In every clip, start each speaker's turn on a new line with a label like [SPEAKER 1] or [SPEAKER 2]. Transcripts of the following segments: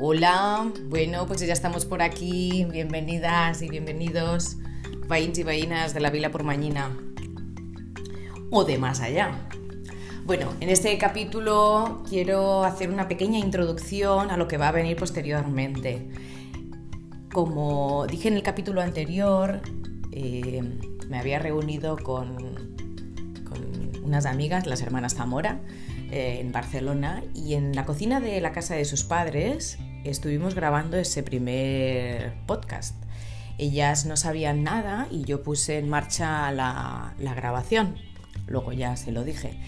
[SPEAKER 1] Hola, bueno, pues ya estamos por aquí. Bienvenidas y bienvenidos, vains y vainas de la Vila Pormañina o de más allá. Bueno, en este capítulo quiero hacer una pequeña introducción a lo que va a venir posteriormente. Como dije en el capítulo anterior, eh, me había reunido con, con unas amigas, las hermanas Zamora, eh, en Barcelona, y en la cocina de la casa de sus padres estuvimos grabando ese primer podcast. Ellas no sabían nada y yo puse en marcha la, la grabación. Luego ya se lo dije.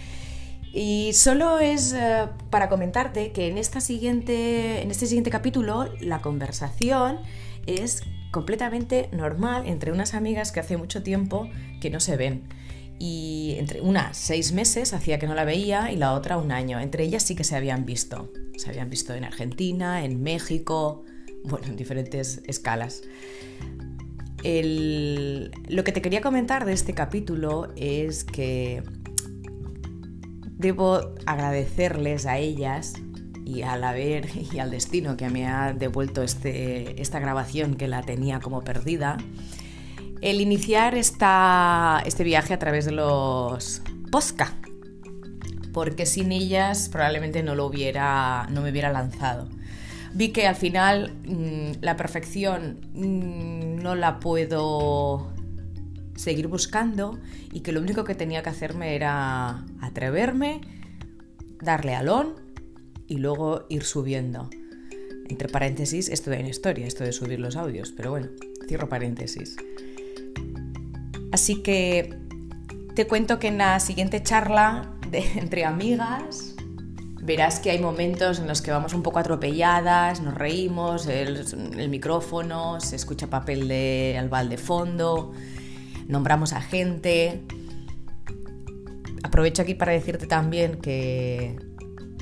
[SPEAKER 1] Y solo es eh, para comentarte que en, esta siguiente, en este siguiente capítulo la conversación es completamente normal entre unas amigas que hace mucho tiempo que no se ven. Y entre una seis meses hacía que no la veía y la otra un año. Entre ellas sí que se habían visto. Se habían visto en Argentina, en México, bueno, en diferentes escalas. El- Lo que te quería comentar de este capítulo es que debo agradecerles a ellas y al haber y al destino que me ha devuelto este- esta grabación que la tenía como perdida, el iniciar esta- este viaje a través de los Posca, porque sin ellas probablemente no lo hubiera, no me hubiera lanzado. Vi que al final mm, la perfección mm, no la puedo seguir buscando y que lo único que tenía que hacerme era atreverme, darle alón y luego ir subiendo. Entre paréntesis, esto en historia, esto de subir los audios, pero bueno, cierro paréntesis. Así que te cuento que en la siguiente charla de, entre amigas verás que hay momentos en los que vamos un poco atropelladas, nos reímos, el, el micrófono, se escucha papel de albal de fondo, nombramos a gente. Aprovecho aquí para decirte también que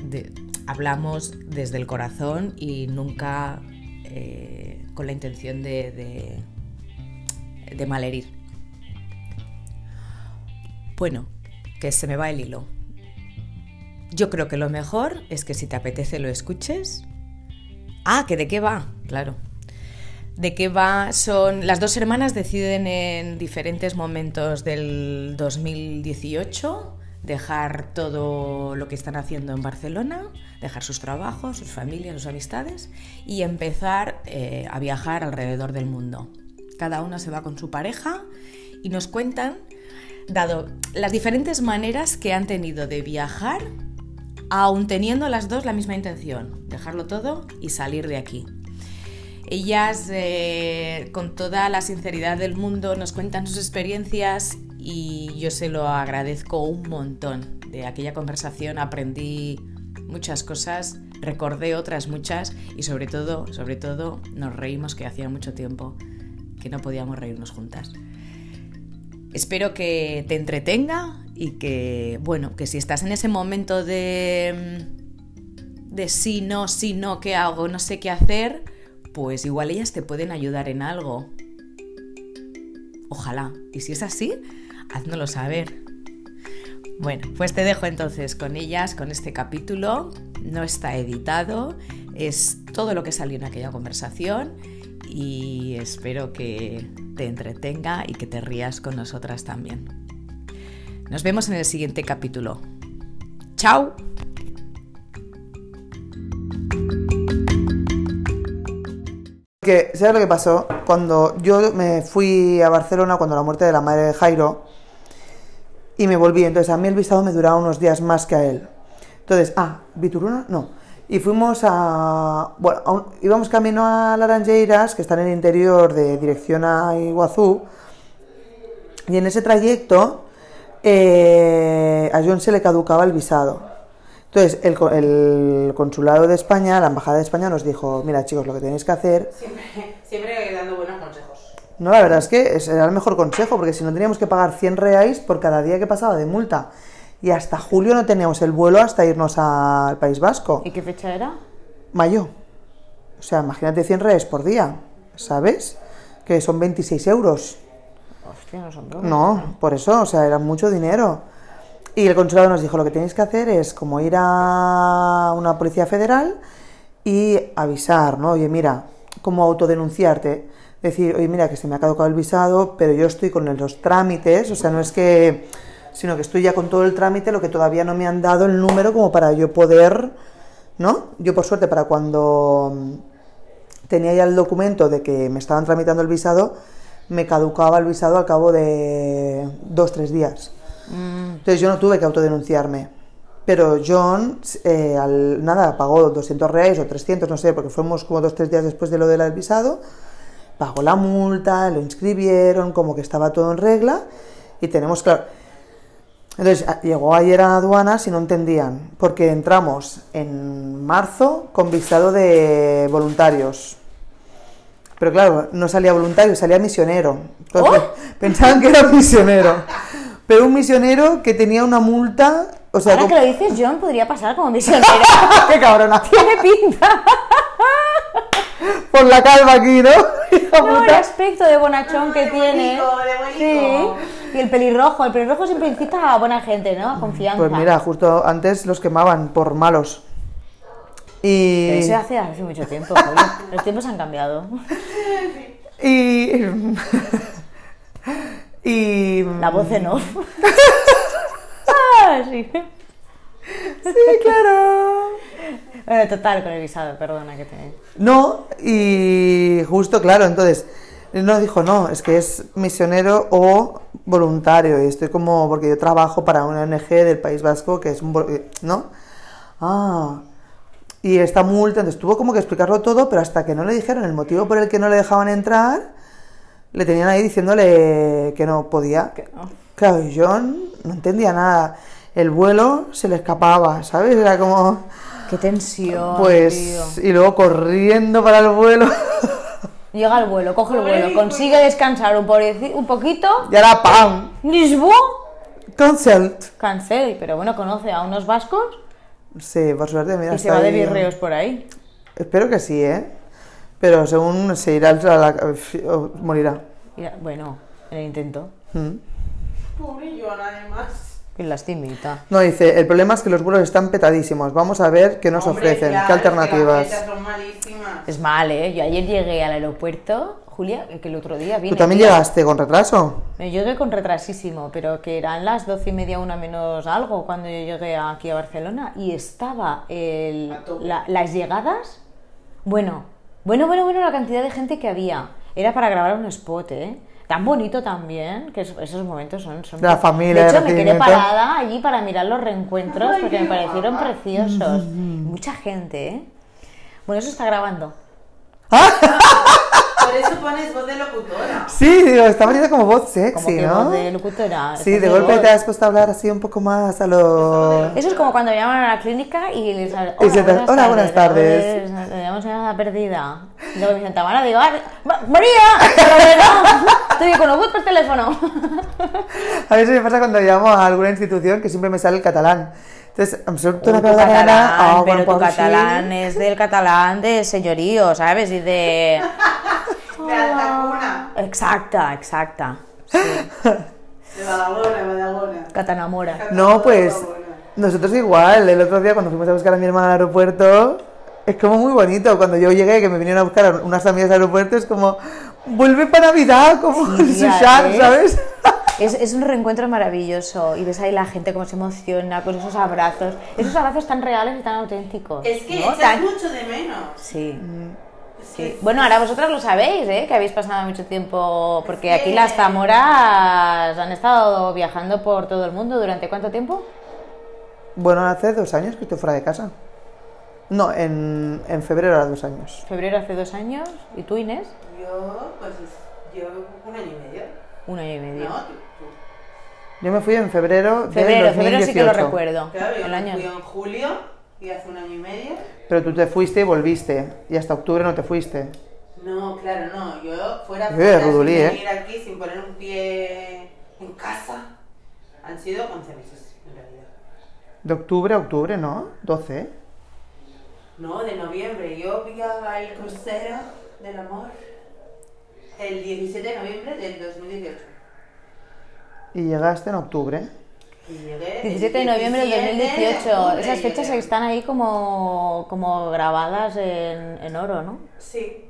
[SPEAKER 1] de- hablamos desde el corazón y nunca eh, con la intención de, de, de malherir. Bueno, que se me va el hilo. Yo creo que lo mejor es que si te apetece lo escuches. Ah, que de qué va, claro. De qué va, son las dos hermanas deciden en diferentes momentos del 2018 dejar todo lo que están haciendo en Barcelona, dejar sus trabajos, sus familias, sus amistades y empezar eh, a viajar alrededor del mundo. Cada una se va con su pareja y nos cuentan dado las diferentes maneras que han tenido de viajar, aun teniendo las dos la misma intención, dejarlo todo y salir de aquí. Ellas, eh, con toda la sinceridad del mundo, nos cuentan sus experiencias y yo se lo agradezco un montón. De aquella conversación aprendí muchas cosas, recordé otras muchas y sobre todo, sobre todo, nos reímos que hacía mucho tiempo que no podíamos reírnos juntas. Espero que te entretenga y que, bueno, que si estás en ese momento de, mm, de sí, no, sí, no, ¿qué hago? No sé qué hacer, pues igual ellas te pueden ayudar en algo. Ojalá. Y si es así, háznoslo saber. Bueno, pues te dejo entonces con ellas, con este capítulo. No está editado, es todo lo que salió en aquella conversación y espero que te entretenga y que te rías con nosotras también. Nos vemos en el siguiente capítulo. ¡Chao!
[SPEAKER 2] Que, ¿sabes lo que pasó? Cuando yo me fui a Barcelona, cuando la muerte de la madre de Jairo, y me volví. Entonces, a mí el visado me duraba unos días más que a él. Entonces, ah, ¿Vituruna? No. Y fuimos a. Bueno, a un- íbamos camino a Laranjeiras, que está en el interior de dirección a Iguazú. Y en ese trayecto, eh, a John se le caducaba el visado. Entonces, el, co- el consulado de España, la embajada de España, nos dijo: Mira, chicos, lo que tenéis que hacer
[SPEAKER 3] Siempre, siempre dando buenos consejos.
[SPEAKER 2] No, la verdad es que ese era el mejor consejo, porque si no teníamos que pagar 100 reais por cada día que pasaba de multa. Y hasta julio no teníamos el vuelo hasta irnos al País Vasco.
[SPEAKER 3] qué fecha era?
[SPEAKER 2] Mayo. O sea, imagínate 100 reais por día, ¿sabes? Que son 26 euros.
[SPEAKER 3] Hostia, no son dos.
[SPEAKER 2] No, por eso, o sea, era mucho dinero. Y el consulado nos dijo, lo que tenéis que hacer es como ir a una policía federal y avisar, ¿no? Oye, mira, como autodenunciarte, decir, oye, mira, que se me ha caducado el visado, pero yo estoy con los trámites, o sea, no es que, sino que estoy ya con todo el trámite, lo que todavía no me han dado el número como para yo poder, ¿no? Yo por suerte para cuando tenía ya el documento de que me estaban tramitando el visado, me caducaba el visado al cabo de dos, tres días.
[SPEAKER 1] Mm,
[SPEAKER 2] Entonces yo no tuve que autodenunciarme. Pero John, eh, al, nada, pagó 200 reales o 300, no sé, porque fuimos como dos, tres días después de lo del visado, pagó la multa, lo inscribieron, como que estaba todo en regla, y tenemos claro... Entonces a- llegó ayer a aduanas y no entendían, porque entramos en marzo con visado de voluntarios. Pero claro, no salía voluntario, salía misionero. Entonces,
[SPEAKER 3] ¡Oh!
[SPEAKER 2] Pensaban que era un misionero. Pero un misionero que tenía una multa. O sea,
[SPEAKER 3] Ahora
[SPEAKER 2] como- ¡Ah,
[SPEAKER 3] que lo dices, John podría pasar como misionero.
[SPEAKER 2] ¡Qué cabrona!
[SPEAKER 3] Tiene pinta.
[SPEAKER 2] Por la calva aquí, ¿no? Hija
[SPEAKER 3] No, el
[SPEAKER 2] puta. Ah,
[SPEAKER 3] aspecto de bonachón que tiene.
[SPEAKER 4] de
[SPEAKER 3] sí. Y el pelirrojo. El pelirrojo siempre incita a buena gente, ¿no? A confianza.
[SPEAKER 2] Pues mira, justo antes los quemaban por malos. Y.
[SPEAKER 3] Pero Eso hace, hace mucho tiempo, joder. Los tiempos han cambiado.
[SPEAKER 2] Mm. Y. y.
[SPEAKER 3] La voz en off. Ah, sí.
[SPEAKER 2] Sí, claro.
[SPEAKER 3] Bueno, total, con el visado, perdona que te...
[SPEAKER 2] No, y justo, claro, entonces, no dijo, no, es que es misionero o voluntario, y estoy como, porque yo trabajo para una ONG del País Vasco, que es un, vol- ¿no? Ah, y esta multa, entonces tuvo como que explicarlo todo, pero hasta que no le dijeron el motivo por el que no le dejaban entrar, le tenían ahí diciéndole que no podía.
[SPEAKER 3] no.
[SPEAKER 2] Claro, y John no entendía nada. El vuelo se le escapaba, ¿sabes? Era como...
[SPEAKER 3] Qué tensión,
[SPEAKER 2] Pues, y luego corriendo para el vuelo.
[SPEAKER 3] Llega el vuelo, coge el vuelo, consigue
[SPEAKER 2] pues-
[SPEAKER 3] descansar un, poreci- un poquito.
[SPEAKER 2] y ahora ¡pam!
[SPEAKER 3] Lisboa,
[SPEAKER 2] Consult.
[SPEAKER 3] cancel, pero bueno, conoce a unos vascos
[SPEAKER 2] Sí, por suerte, mira.
[SPEAKER 3] y se
[SPEAKER 2] está
[SPEAKER 3] va de
[SPEAKER 2] ahí.
[SPEAKER 3] virreos por ahí.
[SPEAKER 2] Espero que sí, ¿eh? Pero según se irá al- a la. o morirá.
[SPEAKER 3] Y la- bueno, en el intento,
[SPEAKER 2] Mm.
[SPEAKER 4] Pobre John, además.
[SPEAKER 3] qué lastimita.
[SPEAKER 2] No, dice, el problema es que los vuelos están petadísimos. Vamos a ver qué nos
[SPEAKER 4] Hombre,
[SPEAKER 2] ofrecen,
[SPEAKER 4] claro,
[SPEAKER 2] qué
[SPEAKER 4] es que las
[SPEAKER 2] alternativas.
[SPEAKER 4] fechas son malísimas.
[SPEAKER 3] Es mal, ¿eh? Yo ayer llegué al aeropuerto, Julia, que el otro día vine.
[SPEAKER 2] ¿Tú también
[SPEAKER 3] tía.
[SPEAKER 2] llegaste con retraso?
[SPEAKER 3] Eh, Yo llegué con retrasísimo, pero que eran las doce y media, una menos algo, cuando yo llegué aquí a Barcelona y estaba el-
[SPEAKER 4] A tope.
[SPEAKER 3] la- las llegadas. Bueno, bueno, bueno, bueno, la cantidad de gente que había. Era para grabar un spot, ¿eh? Tan bonito también, que es- esos momentos son. son
[SPEAKER 2] La familia,
[SPEAKER 3] De hecho,
[SPEAKER 2] el
[SPEAKER 3] me quedé
[SPEAKER 2] recibimiento.
[SPEAKER 3] parada allí para mirar los reencuentros
[SPEAKER 4] Ay,
[SPEAKER 3] porque me
[SPEAKER 4] qué
[SPEAKER 3] parecieron
[SPEAKER 4] guapa.
[SPEAKER 3] preciosos.
[SPEAKER 2] Mm,
[SPEAKER 3] Mucha gente, ¿eh? Bueno, eso está grabando.
[SPEAKER 4] Por eso pones voz de locutora.
[SPEAKER 2] Sí, digo, está venida como voz sexy,
[SPEAKER 3] Como que
[SPEAKER 2] ¿no?
[SPEAKER 3] voz de locutora.
[SPEAKER 2] Sí, de
[SPEAKER 3] voz
[SPEAKER 2] golpe
[SPEAKER 3] voz.
[SPEAKER 2] te has puesto a hablar así un poco más a lo.
[SPEAKER 3] Eso es como cuando llaman a la clínica y les hablan,
[SPEAKER 2] Y se te- "Hola, buenas tardes".
[SPEAKER 3] Hola, pues, Tenemos una perdida. Y luego me dicen, Tamara, digo, "Ah, Ma- María, Carolina, estoy con los por teléfono.
[SPEAKER 2] A veces me pasa cuando llamo a alguna institución que siempre me sale el catalán. Entonces, em surt
[SPEAKER 3] Tu
[SPEAKER 2] una catalana...
[SPEAKER 3] catalán,
[SPEAKER 2] oh, bueno,
[SPEAKER 3] pero tu
[SPEAKER 2] pues sí.
[SPEAKER 3] catalán es del catalán de señorío, ¿sabes? Y de...
[SPEAKER 4] De alta cuna.
[SPEAKER 3] Exacta, exacta.
[SPEAKER 4] De Badalona, Badalona.
[SPEAKER 3] Catanamora.
[SPEAKER 2] No, pues nosotros igual. El otro día cuando fuimos a buscar a mi hermana al aeropuerto, es como muy bonito. Cuando yo llegué, que me vinieron a buscar unas amigas del aeropuerto, es como, vuelve para Navidad, como
[SPEAKER 3] Sí,
[SPEAKER 2] el
[SPEAKER 3] ya
[SPEAKER 2] Sushar,
[SPEAKER 3] ves.
[SPEAKER 2] ¿sabes?
[SPEAKER 3] Es, es un reencuentro maravilloso y ves ahí la gente cómo se emociona con esos abrazos, esos abrazos tan reales y tan auténticos.
[SPEAKER 4] Es que
[SPEAKER 3] ¿no?
[SPEAKER 4] echas
[SPEAKER 3] Tan-
[SPEAKER 4] mucho de menos.
[SPEAKER 3] Sí.
[SPEAKER 4] Es
[SPEAKER 3] Sí.
[SPEAKER 4] que-
[SPEAKER 3] Eh, Bueno, ahora vosotras lo sabéis, ¿eh? Que habéis pasado mucho tiempo, porque
[SPEAKER 4] Sí.
[SPEAKER 3] aquí las Zamoras han estado viajando por todo el mundo. ¿Durante cuánto tiempo?
[SPEAKER 2] Bueno, hace dos años que estoy fuera de casa. No, en, en febrero era dos años.
[SPEAKER 3] Febrero hace dos años. ¿Y tú, Inés?
[SPEAKER 4] Yo, pues, yo un año y medio.
[SPEAKER 3] Un año y medio.
[SPEAKER 4] No, tú- tú-
[SPEAKER 2] Yo me fui en febrero de
[SPEAKER 3] Febrero, febrero sí que lo
[SPEAKER 2] 2018.
[SPEAKER 3] recuerdo.
[SPEAKER 4] Claro, yo
[SPEAKER 3] El
[SPEAKER 4] me
[SPEAKER 3] año.
[SPEAKER 4] fui en julio y hace un año y medio.
[SPEAKER 2] Pero tú te fuiste y volviste. Y hasta octubre no te fuiste.
[SPEAKER 4] No, claro, no. Yo fuera
[SPEAKER 2] Eh,
[SPEAKER 4] fuera sin
[SPEAKER 2] Rodolí, eh.
[SPEAKER 4] venir aquí, sin poner un pie en casa, han sido 11 meses, en realidad.
[SPEAKER 2] De octubre a octubre, ¿no? 12.
[SPEAKER 4] No, de noviembre. Yo pillaba el crucero del amor el 17 de noviembre del 2018.
[SPEAKER 2] Y llegaste en octubre.
[SPEAKER 4] Y llegué el
[SPEAKER 3] 17 de noviembre del
[SPEAKER 4] 17 de
[SPEAKER 3] 2018.
[SPEAKER 4] octubre
[SPEAKER 3] Esas fechas
[SPEAKER 4] llegué.
[SPEAKER 3] están ahí como, como grabadas en, en oro, ¿no?
[SPEAKER 4] Sí.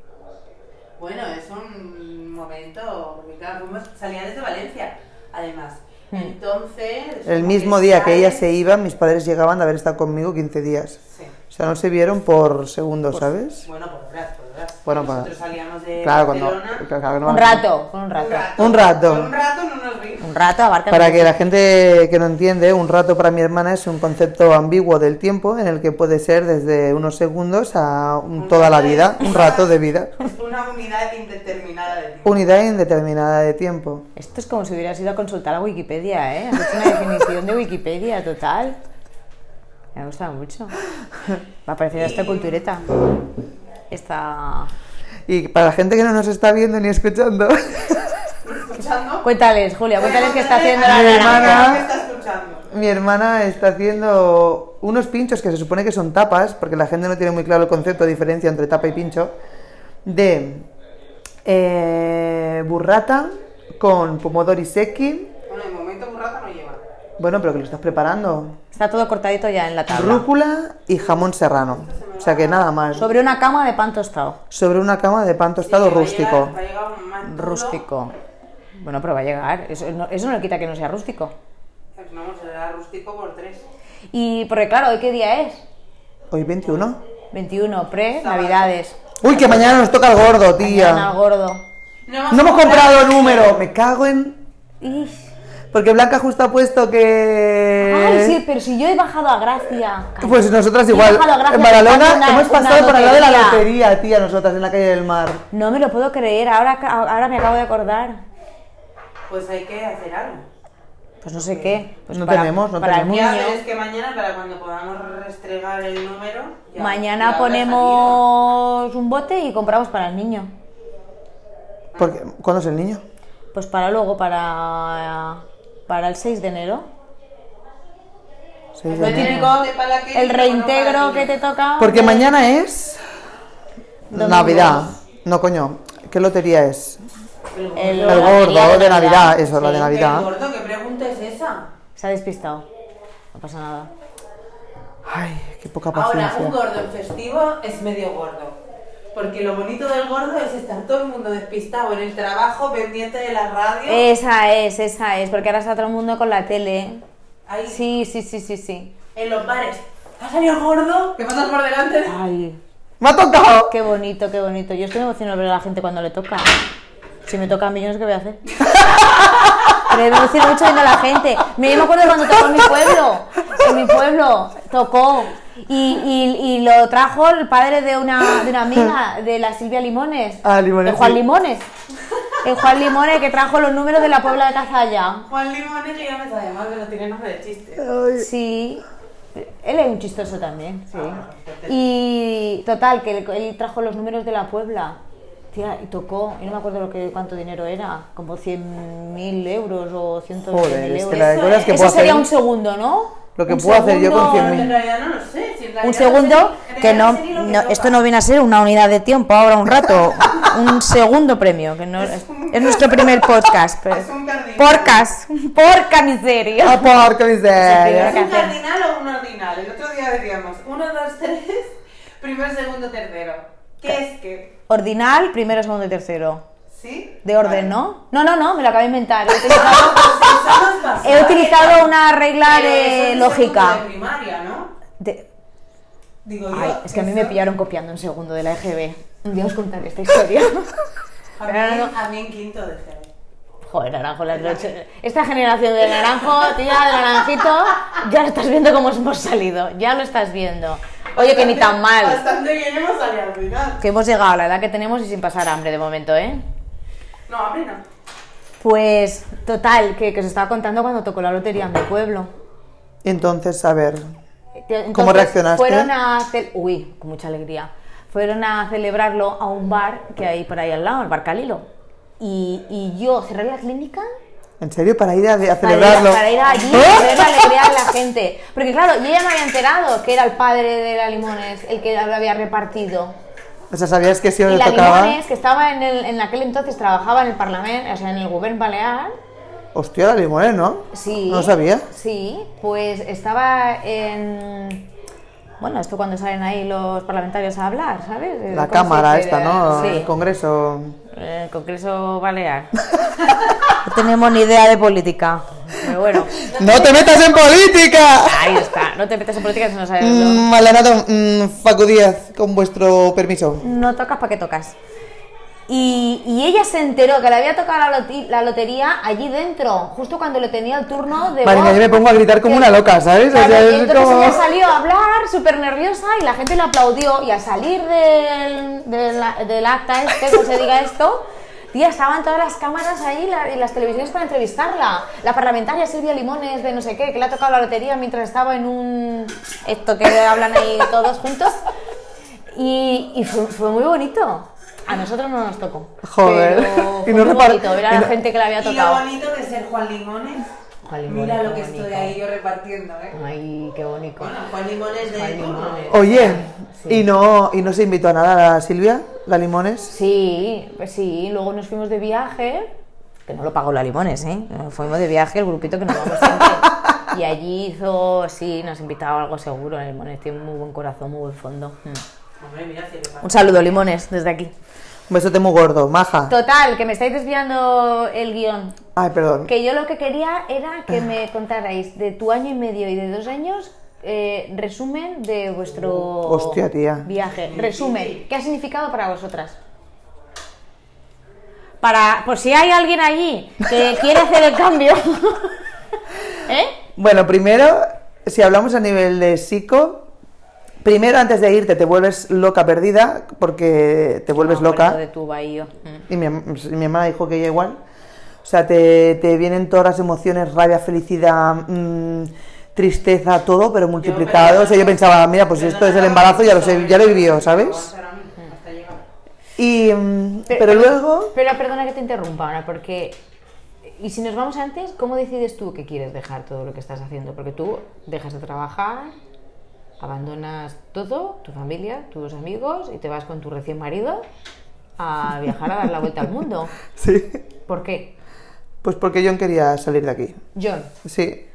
[SPEAKER 4] Bueno, es un momento, porque claro, fuimos- salían desde Valencia, además.
[SPEAKER 3] Hmm.
[SPEAKER 4] Entonces...
[SPEAKER 2] El mismo día que ella se iba, mis padres llegaban de haber estado conmigo 15 días.
[SPEAKER 4] Sí.
[SPEAKER 2] O sea, no se vieron por segundos, ¿sabes?
[SPEAKER 4] Bueno, por horas, por horas.
[SPEAKER 2] Bueno, por-
[SPEAKER 4] Nosotros salíamos de
[SPEAKER 2] Claro, cuando...
[SPEAKER 4] Barcelona...
[SPEAKER 2] claro que no-
[SPEAKER 3] Un rato, un rato.
[SPEAKER 2] Un rato.
[SPEAKER 4] Un rato no nos vimos.
[SPEAKER 3] Un rato abarca
[SPEAKER 2] Para que la gente que no entiende, un rato para mi hermana es un concepto ambiguo del tiempo en el que puede ser desde unos segundos a un-
[SPEAKER 4] Un
[SPEAKER 2] toda la
[SPEAKER 4] rato de-
[SPEAKER 2] vida, un rato de vida.
[SPEAKER 4] Es una unidad indeterminada de tiempo.
[SPEAKER 2] Unidad indeterminada de tiempo.
[SPEAKER 3] Esto es como si hubieras ido a consultar a Wikipedia, ¿eh? Has hecho una definición de Wikipedia total. Me ha gustado mucho. Me ha parecido esta cultureta. Esta...
[SPEAKER 2] Y para la gente que no nos está viendo ni escuchando, Pues,
[SPEAKER 4] Escuchando...
[SPEAKER 3] Cuéntales, Julia, cuéntales qué está haciendo
[SPEAKER 4] A
[SPEAKER 3] la
[SPEAKER 2] Mi
[SPEAKER 4] gente
[SPEAKER 3] naranja.
[SPEAKER 2] hermana-
[SPEAKER 4] que está escuchando.
[SPEAKER 2] mi hermana está haciendo unos pinchos que se supone que son tapas, porque la gente no tiene muy claro el concepto de diferencia entre tapa y pincho, de eh, burrata con pomodori secchi.
[SPEAKER 4] Bueno, de momento un rato no lleva.
[SPEAKER 2] Bueno, pero que lo estás preparando.
[SPEAKER 3] Está todo cortadito ya en la tabla.
[SPEAKER 2] Rúcula y jamón serrano. O sea que nada más.
[SPEAKER 3] Sobre una cama de pan tostado.
[SPEAKER 2] Sobre una cama de pan tostado
[SPEAKER 4] Sí, va a
[SPEAKER 2] rústico.
[SPEAKER 4] llegar- va a llegar un mantulo.
[SPEAKER 3] Rústico. Bueno, pero va a llegar. Eso no, eso no le quita que no sea rústico.
[SPEAKER 4] Pues No, será rústico por tres.
[SPEAKER 3] Y porque claro, ¿hoy qué día es?
[SPEAKER 2] Hoy 21.
[SPEAKER 3] 21, pre, navidades.
[SPEAKER 2] Uy, que mañana nos toca el gordo,
[SPEAKER 3] Mañana al
[SPEAKER 2] tía.
[SPEAKER 3] gordo.
[SPEAKER 4] No
[SPEAKER 2] No hemos comprado número. Me cago en...
[SPEAKER 3] Ish.
[SPEAKER 2] Porque Blanca justo ha puesto que...
[SPEAKER 3] Ay, sí, pero si yo he bajado a Gracia.
[SPEAKER 2] Pues nosotras
[SPEAKER 3] Yo he
[SPEAKER 2] igual.
[SPEAKER 3] bajado a Gracia
[SPEAKER 2] En Badalona
[SPEAKER 3] buscando una-
[SPEAKER 2] hemos
[SPEAKER 3] una
[SPEAKER 2] pasado por al lado de la
[SPEAKER 3] lotería.
[SPEAKER 2] lotería, tía, nosotras en la calle del mar.
[SPEAKER 3] No me lo puedo creer, ahora, ahora me acabo de acordar.
[SPEAKER 4] Pues hay que hacer algo.
[SPEAKER 3] Pues no sé qué. Pues
[SPEAKER 2] No tenemos, no
[SPEAKER 3] para el
[SPEAKER 2] tenemos.
[SPEAKER 4] Ya,
[SPEAKER 3] niño.
[SPEAKER 4] pero es que mañana, para cuando podamos restregar el número. ya-
[SPEAKER 3] Mañana
[SPEAKER 4] ya habrá
[SPEAKER 3] ponemos un bote y compramos para el niño.
[SPEAKER 2] Porque, ¿Cuándo es el niño?
[SPEAKER 3] Pues para luego, para, para el 6 de enero.
[SPEAKER 2] Seis de
[SPEAKER 3] Pues
[SPEAKER 4] salido. No
[SPEAKER 2] enero.
[SPEAKER 4] tiene código para que-
[SPEAKER 3] El reintegro que te toca.
[SPEAKER 2] Porque mañana es...
[SPEAKER 3] Domingo.
[SPEAKER 2] Navidad. No, coño. ¿Qué lotería es?
[SPEAKER 3] El,
[SPEAKER 2] El gordo de Navidad, eso, la de
[SPEAKER 4] El
[SPEAKER 2] Navidad.
[SPEAKER 4] gordo, ¿qué pregunta es esa?
[SPEAKER 3] Se ha despistado. No pasa nada.
[SPEAKER 2] Ay, qué poca
[SPEAKER 4] Ahora, un
[SPEAKER 2] paciencia.
[SPEAKER 4] gordo en festivo es medio gordo. Porque lo bonito del gordo es estar todo el mundo despistado en el trabajo, pendiente de la radio.
[SPEAKER 3] Esa es, esa es, porque ahora está todo el mundo con la tele.
[SPEAKER 4] ahí,
[SPEAKER 3] Sí, sí, sí, sí, sí.
[SPEAKER 4] en los bares. ¿Ha salido el gordo? ¿Qué pasas por delante? de-
[SPEAKER 3] Ay,
[SPEAKER 2] ¡Me ha tocado!
[SPEAKER 3] qué bonito, qué bonito. Yo estoy emocionada de ver a la gente cuando le toca. Si me toca a mí, yo no sé qué voy a hacer. Pero me emociona mucho viendo a la gente. Me, me acuerdo cuando tocó en mi pueblo. En mi pueblo tocó. Y, y- y lo trajo el padre de una, de una amiga, de la Silvia Limones.
[SPEAKER 2] Ah, Limones,
[SPEAKER 3] De Juan
[SPEAKER 2] sí.
[SPEAKER 3] Limones. El Juan Limones que trajo los números de la Puebla de Cazalla.
[SPEAKER 4] Juan Limones, que ya me sabe mal, pero tiene nombre de chiste.
[SPEAKER 2] Ay.
[SPEAKER 3] Sí. Él es un chistoso también, sí.
[SPEAKER 2] Ah,
[SPEAKER 3] Y total, que él- él trajo los números de la Puebla. Tía, y tocó, y no me acuerdo lo que, cuánto dinero era, como 100.000 euros o 100.000
[SPEAKER 2] Joder,
[SPEAKER 3] euros.
[SPEAKER 2] es que la de cosas que
[SPEAKER 3] Eso
[SPEAKER 2] puedo
[SPEAKER 3] sería
[SPEAKER 2] hacer.
[SPEAKER 3] un segundo, ¿no?
[SPEAKER 2] Lo que
[SPEAKER 3] Un
[SPEAKER 2] puedo hacer yo con
[SPEAKER 3] segundo-
[SPEAKER 2] 100.000.
[SPEAKER 4] En realidad no lo sé. si en realidad
[SPEAKER 3] Un
[SPEAKER 4] no
[SPEAKER 3] segundo,
[SPEAKER 4] sé ni-
[SPEAKER 3] que
[SPEAKER 4] en realidad
[SPEAKER 3] no,
[SPEAKER 4] sé ni lo que
[SPEAKER 3] no-
[SPEAKER 4] toca.
[SPEAKER 3] esto no viene a ser una unidad de tiempo, ahora un rato, un segundo premio, que no es, es nuestro primer podcast. pero-
[SPEAKER 4] Es un cardinal.
[SPEAKER 3] porcas, porca miseria.
[SPEAKER 2] ¡Ah, por qué
[SPEAKER 3] primero
[SPEAKER 2] miseria!
[SPEAKER 4] ¿Es un
[SPEAKER 3] hacer.
[SPEAKER 4] cardinal o un ordinal? El otro día decíamos uno, dos, tres, primero, segundo, tercero. ¿Qué es qué?
[SPEAKER 3] Ordinal, primero, segundo y tercero.
[SPEAKER 4] ¿Sí? pues
[SPEAKER 3] De orden, ¿no? No, no, no, me lo acabo de inventar. He utilizado,
[SPEAKER 4] Vale.
[SPEAKER 3] he utilizado una regla
[SPEAKER 4] Pero eso es
[SPEAKER 3] de
[SPEAKER 4] un segundo
[SPEAKER 3] lógica.
[SPEAKER 4] De primaria, ¿no?
[SPEAKER 3] De-
[SPEAKER 4] Digo
[SPEAKER 3] Ay,
[SPEAKER 4] yo.
[SPEAKER 3] es que a mí me
[SPEAKER 4] eso-
[SPEAKER 3] pillaron copiando un segundo de la EGB. Un día os contaré esta historia.
[SPEAKER 4] A
[SPEAKER 3] Pero
[SPEAKER 4] mí,
[SPEAKER 3] no-
[SPEAKER 4] a mí en quinto de cero.
[SPEAKER 3] Joder, naranjo, las noches. Esta generación de naranjo, tía, de naranjito, ya lo estás viendo cómo hemos salido. Ya lo estás viendo. Oye, que ni tan mal.
[SPEAKER 4] Bastante bien hemos salido al final.
[SPEAKER 3] Que hemos llegado a la edad que tenemos y sin pasar hambre de momento, ¿eh?
[SPEAKER 4] No, a mí no.
[SPEAKER 3] Pues, total, que, que os estaba contando cuando tocó la lotería en mi pueblo.
[SPEAKER 2] Entonces, a ver.
[SPEAKER 3] Entonces,
[SPEAKER 2] ¿Cómo reaccionaste?
[SPEAKER 3] Fueron a ce- Uy, con mucha alegría. Fueron a celebrarlo a un bar que hay por ahí al lado, el bar Calilo. Y, y yo cerré la clínica
[SPEAKER 2] ¿En serio? Para ir a, a
[SPEAKER 3] para ir,
[SPEAKER 2] celebrarlo. ¿Ah? ¿Eh?
[SPEAKER 3] para ir allí y ver la alegría de la gente. Porque claro, yo ya me había enterado que era el padre de la Limones el que lo había repartido.
[SPEAKER 2] O sea, sabías que si os
[SPEAKER 3] Y la
[SPEAKER 2] tocaba.
[SPEAKER 3] Limones, que estaba en, el- en aquel entonces, trabajaba en el Parlamento, o sea, en el Gobierno Balear,
[SPEAKER 2] Hostia, la limonera, ¿no?
[SPEAKER 3] Sí.
[SPEAKER 2] No lo sabía.
[SPEAKER 3] Sí, pues estaba en. Bueno, esto cuando salen ahí los parlamentarios a hablar, ¿sabes? Eh,
[SPEAKER 2] La
[SPEAKER 3] ¿cómo se
[SPEAKER 2] cámara
[SPEAKER 3] dice?
[SPEAKER 2] esta, ¿no?
[SPEAKER 3] Sí.
[SPEAKER 2] El Congreso.
[SPEAKER 3] Eh, Congreso Balear. no tenemos ni idea de política. Pero bueno,
[SPEAKER 2] ¡No te metas en política!
[SPEAKER 3] ahí está. No te metas en política si no sabes lo-
[SPEAKER 2] Mm, Maldonado, mm, Facu Díaz, con vuestro permiso.
[SPEAKER 3] no tocas para qué tocas. Y, y ella se enteró que le había tocado la, loti- la lotería allí dentro, justo cuando le tenía el turno de
[SPEAKER 2] Marina,
[SPEAKER 3] voz.
[SPEAKER 2] yo me pongo a gritar como
[SPEAKER 3] Que-
[SPEAKER 2] una loca, ¿sabes? O
[SPEAKER 3] Claro,
[SPEAKER 2] sea,
[SPEAKER 3] y
[SPEAKER 2] es
[SPEAKER 3] entonces
[SPEAKER 2] como-
[SPEAKER 3] ella salió a hablar súper nerviosa y la gente le aplaudió y al salir del, del, del acta este, como se diga esto, tía, estaban todas las cámaras ahí la- y las televisiones para entrevistarla. La parlamentaria Silvia Limones de no sé qué, que le ha tocado la lotería mientras estaba en un... esto que hablan ahí todos juntos. Y, y fue, fue muy bonito. A nosotros no nos tocó.
[SPEAKER 2] Joder.
[SPEAKER 3] Pero
[SPEAKER 2] Y
[SPEAKER 3] fue
[SPEAKER 2] no
[SPEAKER 3] muy
[SPEAKER 2] repar-
[SPEAKER 3] bonito ver a
[SPEAKER 2] y
[SPEAKER 3] la
[SPEAKER 2] no-
[SPEAKER 3] gente que le había
[SPEAKER 4] Y lo
[SPEAKER 3] tocado.
[SPEAKER 4] bonito de ser Juan Limones.
[SPEAKER 3] Juan Limones,
[SPEAKER 4] Mira lo
[SPEAKER 3] qué
[SPEAKER 4] que estoy
[SPEAKER 3] bonito.
[SPEAKER 4] ahí yo repartiendo, ¿eh?
[SPEAKER 3] Ay, qué bonito.
[SPEAKER 4] Bueno, Juan Limones de
[SPEAKER 3] Juan Limones.
[SPEAKER 2] Oye, ¿y, no, ¿y no se invitó a nada a Silvia, la Limones?
[SPEAKER 3] Sí, pues sí, luego nos fuimos de viaje, que no lo pagó la Limones, ¿eh? Nos fuimos de viaje el grupito que nos vamos siempre. Y allí hizo, sí, nos invitaba algo seguro, la Limones tiene muy buen corazón, muy buen fondo. Mm.
[SPEAKER 4] Hombre, mira, si le pasa.
[SPEAKER 3] Un saludo, Limones, desde aquí.
[SPEAKER 2] Un besote muy gordo, maja.
[SPEAKER 3] Total, que me estáis desviando el guión.
[SPEAKER 2] Ay, perdón.
[SPEAKER 3] Que yo lo que quería era que
[SPEAKER 2] Ah.
[SPEAKER 3] me contarais de tu año y medio y de dos años eh, resumen de vuestro
[SPEAKER 2] Hostia, tía.
[SPEAKER 3] viaje. Resumen, ¿qué ha significado para vosotras? Para, por si hay alguien allí que quiere hacer el cambio. ¿Eh?
[SPEAKER 2] Bueno, primero, si hablamos a nivel de psico, primero antes de irte te vuelves loca perdida, porque te vuelves
[SPEAKER 3] No,
[SPEAKER 2] loca.
[SPEAKER 3] pero De tu bahío. Mm.
[SPEAKER 2] Y mi, y mi mamá dijo que ella igual. O sea, te, te vienen todas las emociones, rabia, felicidad, mm, tristeza, todo, pero multiplicado. o sea, yo pensaba, mira, pues
[SPEAKER 4] Pero
[SPEAKER 2] esto
[SPEAKER 4] no
[SPEAKER 2] es el
[SPEAKER 4] te
[SPEAKER 2] embarazo, ya lo
[SPEAKER 4] aguantas,
[SPEAKER 2] sé, ya lo he
[SPEAKER 4] ¿eh?
[SPEAKER 2] vivido,
[SPEAKER 4] Aguantar
[SPEAKER 2] ¿sabes?
[SPEAKER 4] a mí, hasta llegar.
[SPEAKER 2] Y, mm, pero luego,
[SPEAKER 3] Pero perdona que te interrumpa ahora, porque. Y si nos vamos antes, ¿cómo decides tú que quieres dejar todo lo que estás haciendo? Porque tú dejas de trabajar, abandonas todo, tu familia, tus amigos, y te vas con tu recién marido a viajar a dar la vuelta al mundo.
[SPEAKER 2] sí,
[SPEAKER 3] ¿Por qué?
[SPEAKER 2] pues porque John quería salir de aquí.
[SPEAKER 3] John.
[SPEAKER 2] Sí.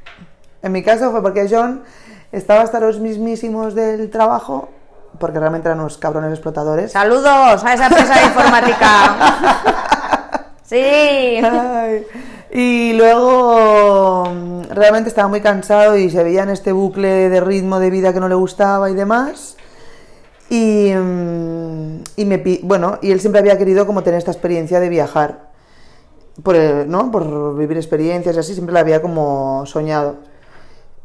[SPEAKER 2] En mi caso fue porque John estaba hasta los mismísimos del trabajo, porque realmente eran unos cabrones explotadores.
[SPEAKER 3] ¡Saludos a esa empresa de informática! ¡Sí!
[SPEAKER 2] Ay. Y luego mm, realmente estaba muy cansado y se veía en este bucle de ritmo de vida que no le gustaba y demás. Y, mm, y me pi- bueno, y él siempre había querido como tener esta experiencia de viajar. Por, eh, ¿no? por vivir experiencias y así, siempre la había como soñado.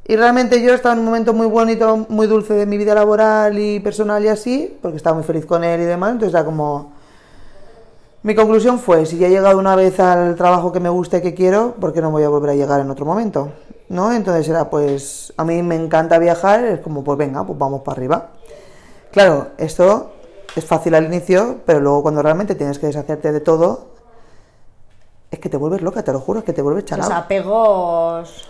[SPEAKER 2] Y realmente yo estaba en un momento muy bonito, muy dulce de mi vida laboral y personal y así, porque estaba muy feliz con él y demás, entonces era como, mi conclusión fue, si ya he llegado una vez al trabajo que me gusta y que quiero, ¿por qué no voy a volver a llegar en otro momento? ¿No? Entonces era, pues, a mí me encanta viajar, es como, pues venga, pues vamos para arriba. Claro, esto es fácil al inicio, pero luego cuando realmente tienes que deshacerte de todo, es que te vuelves loca, te lo juro, es que te vuelves
[SPEAKER 3] Los
[SPEAKER 2] chalada.
[SPEAKER 3] apegos.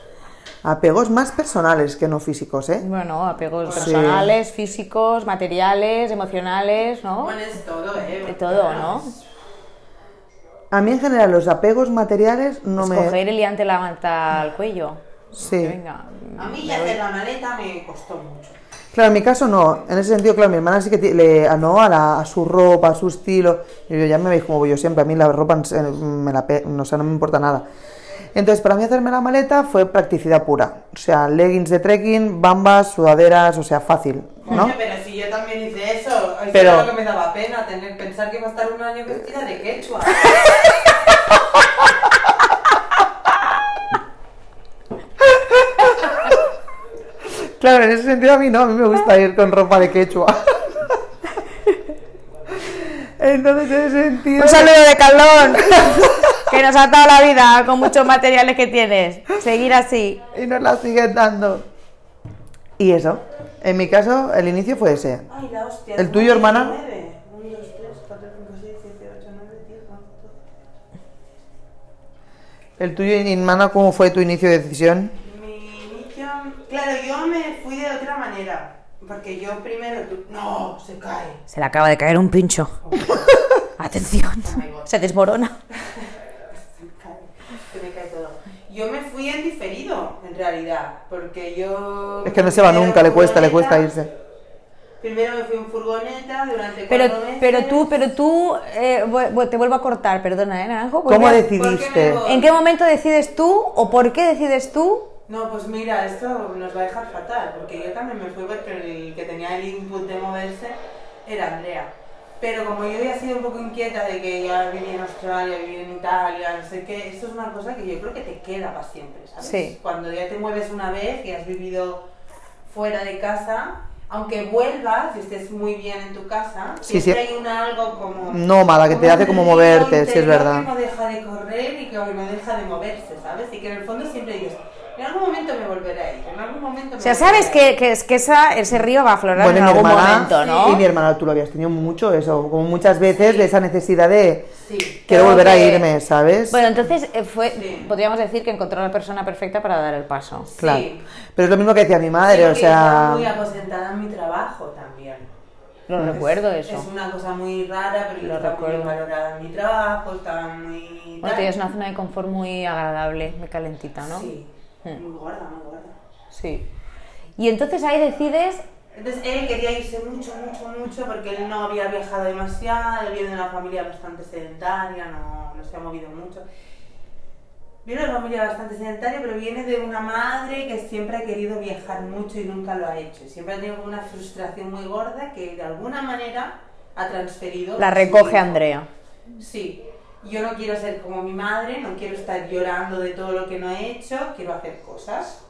[SPEAKER 2] Apegos más personales que no físicos, ¿eh?
[SPEAKER 3] Bueno, apegos
[SPEAKER 2] Sí.
[SPEAKER 3] personales, físicos, materiales, emocionales, ¿no?
[SPEAKER 4] Bueno, es todo, ¿eh?
[SPEAKER 3] De todo, ¿no?
[SPEAKER 2] A mí en general los apegos materiales no me...
[SPEAKER 3] Escoger el liante la manta al cuello.
[SPEAKER 2] Sí.
[SPEAKER 3] Venga. mm,
[SPEAKER 4] A mí ya hacer la maleta me costó mucho.
[SPEAKER 2] Claro, en mi caso no. En ese sentido, claro, mi hermana sí que ti- le ah, no, a, la- a su ropa, a su estilo. Y yo ya me veis como voy yo siempre. A mí la ropa en se- me la pe- no, o sea, no me importa nada. Entonces, para mí hacerme la maleta fue practicidad pura. O sea, leggings de trekking, bambas, sudaderas, o sea, fácil,
[SPEAKER 4] Coño,
[SPEAKER 2] ¿no?
[SPEAKER 4] pero si yo también hice eso. Eso
[SPEAKER 2] Pero-
[SPEAKER 4] era lo que me daba pena, tener, pensar que iba a estar un año vestida de quechua.
[SPEAKER 2] Claro, en ese sentido a mí no, a mí me gusta ir con ropa de quechua. Entonces, en ese sentido...
[SPEAKER 3] de Calón, que nos ha dado la vida con muchos materiales que tienes. Seguir así.
[SPEAKER 2] Y nos la siguen dando. Y eso. En mi caso, el inicio fue ese.
[SPEAKER 4] Ay, la hostia.
[SPEAKER 2] ¿El
[SPEAKER 4] tengo
[SPEAKER 2] tuyo, hermana?
[SPEAKER 4] 19. 1, 2, 3, 4, 5, 6, 7, 8, 9, 10, 11, 12.
[SPEAKER 2] ¿El tuyo, Inmana, cómo fue tu inicio de decisión?
[SPEAKER 4] Mi inicio... Claro, yo me fui de otra manera. Porque yo primero... tu- No, se cae.
[SPEAKER 3] Se le acaba de caer un pincho. Atención. Se desmorona.
[SPEAKER 4] Se me cae todo. yo me fui en diferido, en realidad, porque yo...
[SPEAKER 2] Es que no se va
[SPEAKER 4] primero
[SPEAKER 2] nunca, le
[SPEAKER 4] en
[SPEAKER 2] cuesta, le cuesta
[SPEAKER 4] furgoneta,
[SPEAKER 2] irse.
[SPEAKER 4] Primero me fui en furgoneta durante
[SPEAKER 3] Pero,
[SPEAKER 4] cuatro meses.
[SPEAKER 3] pero tú, pero tú, eh, vu- vu- te vuelvo a cortar, perdona, ¿eh, Naranjo?
[SPEAKER 2] ¿Cómo
[SPEAKER 3] Vuelve a-
[SPEAKER 4] ¿Por qué me
[SPEAKER 2] decidiste?
[SPEAKER 4] voy?
[SPEAKER 3] ¿En qué momento decides tú o por qué decides tú?
[SPEAKER 4] No, pues mira, esto nos va a dejar fatal, porque yo también me fui porque el que tenía el input de moverse era Andrea. Pero como yo había sido un poco inquieta de que ya viví en Australia, viví en Italia, no sé qué, esto es una cosa que yo creo que te queda para siempre, ¿sabes?
[SPEAKER 3] Sí.
[SPEAKER 4] Cuando ya te mueves una vez y has vivido fuera de casa, aunque vuelvas y estés muy bien en tu casa,
[SPEAKER 2] Sí,
[SPEAKER 4] siempre
[SPEAKER 2] sí.
[SPEAKER 4] hay una algo como...
[SPEAKER 2] Nómada, que te
[SPEAKER 4] un
[SPEAKER 2] hace como
[SPEAKER 4] río
[SPEAKER 2] moverte, sí, es
[SPEAKER 4] interior
[SPEAKER 2] verdad.
[SPEAKER 4] que no deja de correr y que no deja de moverse, ¿sabes? Y que en el fondo siempre dices, en algún momento me volveré a ir, en algún momento me
[SPEAKER 3] O sea,
[SPEAKER 4] volveré
[SPEAKER 3] sabes
[SPEAKER 4] a
[SPEAKER 3] que,
[SPEAKER 4] ir".
[SPEAKER 3] que es- que esa, ese río va a aflorar
[SPEAKER 2] Bueno, y
[SPEAKER 3] en
[SPEAKER 2] mi
[SPEAKER 3] algún
[SPEAKER 2] hermana,
[SPEAKER 3] momento, ¿no?
[SPEAKER 2] y mi hermana, tú lo habías tenido mucho, eso, como muchas veces de esa necesidad de
[SPEAKER 4] Sí.
[SPEAKER 2] quiero
[SPEAKER 3] Creo
[SPEAKER 2] volver a
[SPEAKER 3] que-
[SPEAKER 2] irme, ¿sabes?
[SPEAKER 3] Bueno, entonces eh, fue,
[SPEAKER 4] Sí.
[SPEAKER 3] podríamos decir que encontró la persona perfecta para dar el paso.
[SPEAKER 2] claro.
[SPEAKER 4] sí.
[SPEAKER 2] Pero es lo mismo que decía mi madre,
[SPEAKER 4] Creo
[SPEAKER 2] o
[SPEAKER 4] que estaba
[SPEAKER 2] sea,
[SPEAKER 4] muy aposentada en mi trabajo también.
[SPEAKER 3] Lo
[SPEAKER 4] Es-
[SPEAKER 3] recuerdo eso.
[SPEAKER 4] Es una cosa muy rara, pero yo
[SPEAKER 3] Lo
[SPEAKER 4] estaba muy
[SPEAKER 3] recuerdo.
[SPEAKER 4] bien valorada en mi trabajo, estaba muy...
[SPEAKER 3] Bueno,
[SPEAKER 4] tal.
[SPEAKER 3] tenías una zona de confort muy agradable, muy calentita, ¿no?
[SPEAKER 4] Sí,
[SPEAKER 3] Hmm.
[SPEAKER 4] muy gorda, muy gorda.
[SPEAKER 3] Sí. Y entonces ahí decides,
[SPEAKER 4] Entonces él quería irse mucho, mucho, mucho porque él no había viajado demasiado, él viene de una familia bastante sedentaria, no, no se ha movido mucho. Viene de una familia bastante sedentaria, pero viene de una madre que siempre ha querido viajar mucho y nunca lo ha hecho. Y Siempre ha tenido como una frustración muy gorda que de alguna manera ha transferido.
[SPEAKER 3] la
[SPEAKER 4] a su
[SPEAKER 3] recoge
[SPEAKER 4] hijo.
[SPEAKER 3] Andrea.
[SPEAKER 4] Sí, yo no quiero ser como mi madre, no quiero estar llorando de todo lo que no he hecho, quiero hacer cosas.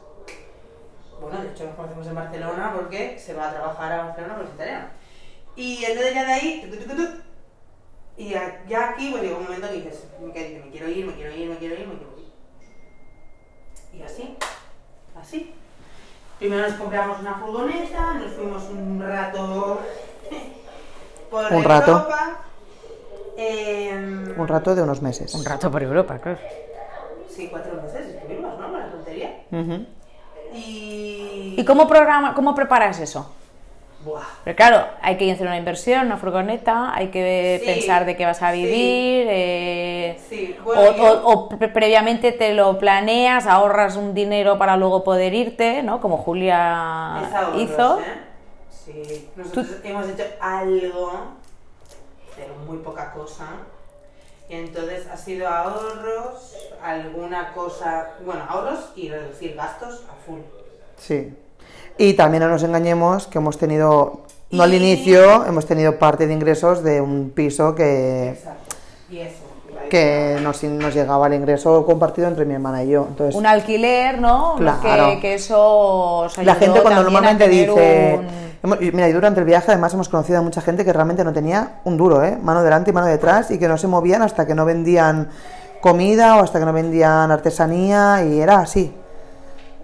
[SPEAKER 4] Bueno, de hecho nos conocemos en Barcelona porque se va a trabajar a Barcelona por italiano. Y entonces ya de ahí, tuc, tuc, tuc, tuc, y ya ya aquí pues llega un momento que dices, que dices, me quiero ir, me quiero ir, me quiero ir, me quiero ir. Y así, así. Primero nos compramos una furgoneta, nos fuimos un rato por
[SPEAKER 2] Un rato.
[SPEAKER 4] Europa. Em,
[SPEAKER 2] un rato de unos meses.
[SPEAKER 3] Un rato por Europa, claro.
[SPEAKER 4] Sí, cuatro meses estuvimos, ¿no? Con la tontería.
[SPEAKER 2] Ujú.
[SPEAKER 4] Y...
[SPEAKER 3] ¿Y cómo, programa, cómo preparas eso?
[SPEAKER 4] Buah.
[SPEAKER 3] Pero claro, hay que hacer una inversión, una furgoneta, hay que
[SPEAKER 4] Sí,
[SPEAKER 3] pensar de qué vas a
[SPEAKER 4] sí.
[SPEAKER 3] vivir. eh,
[SPEAKER 4] Sí, bueno,
[SPEAKER 3] o,
[SPEAKER 4] yo-
[SPEAKER 3] o- o pre- previamente te lo planeas, ahorras un dinero para luego poder irte, ¿no? Como Julia
[SPEAKER 4] Es ahorros,
[SPEAKER 3] hizo.
[SPEAKER 4] ¿eh? Sí. Nosotros hemos hecho algo, pero muy poca cosa. Y entonces ha sido ahorros, alguna cosa... Bueno, ahorros y reducir gastos a full.
[SPEAKER 2] Sí. Y también no nos engañemos que hemos tenido, no al
[SPEAKER 4] Y-
[SPEAKER 2] inicio, hemos tenido parte de ingresos de un piso que,
[SPEAKER 4] Exacto. Y eso. iba a decir.
[SPEAKER 2] que nos, nos llegaba el ingreso compartido entre mi hermana y yo. Entonces,
[SPEAKER 3] Un alquiler, ¿no?
[SPEAKER 2] Claro.
[SPEAKER 3] Que, que eso os
[SPEAKER 2] la
[SPEAKER 3] ayudó
[SPEAKER 2] gente cuando
[SPEAKER 3] también a
[SPEAKER 2] normalmente
[SPEAKER 3] tener
[SPEAKER 2] dice...
[SPEAKER 3] un-
[SPEAKER 2] hemos- y Mira, y durante el viaje además hemos conocido a mucha gente que realmente no tenía un duro, ¿eh? Mano delante y mano detrás y que no se movían hasta que no vendían comida o hasta que no vendían artesanía y era así.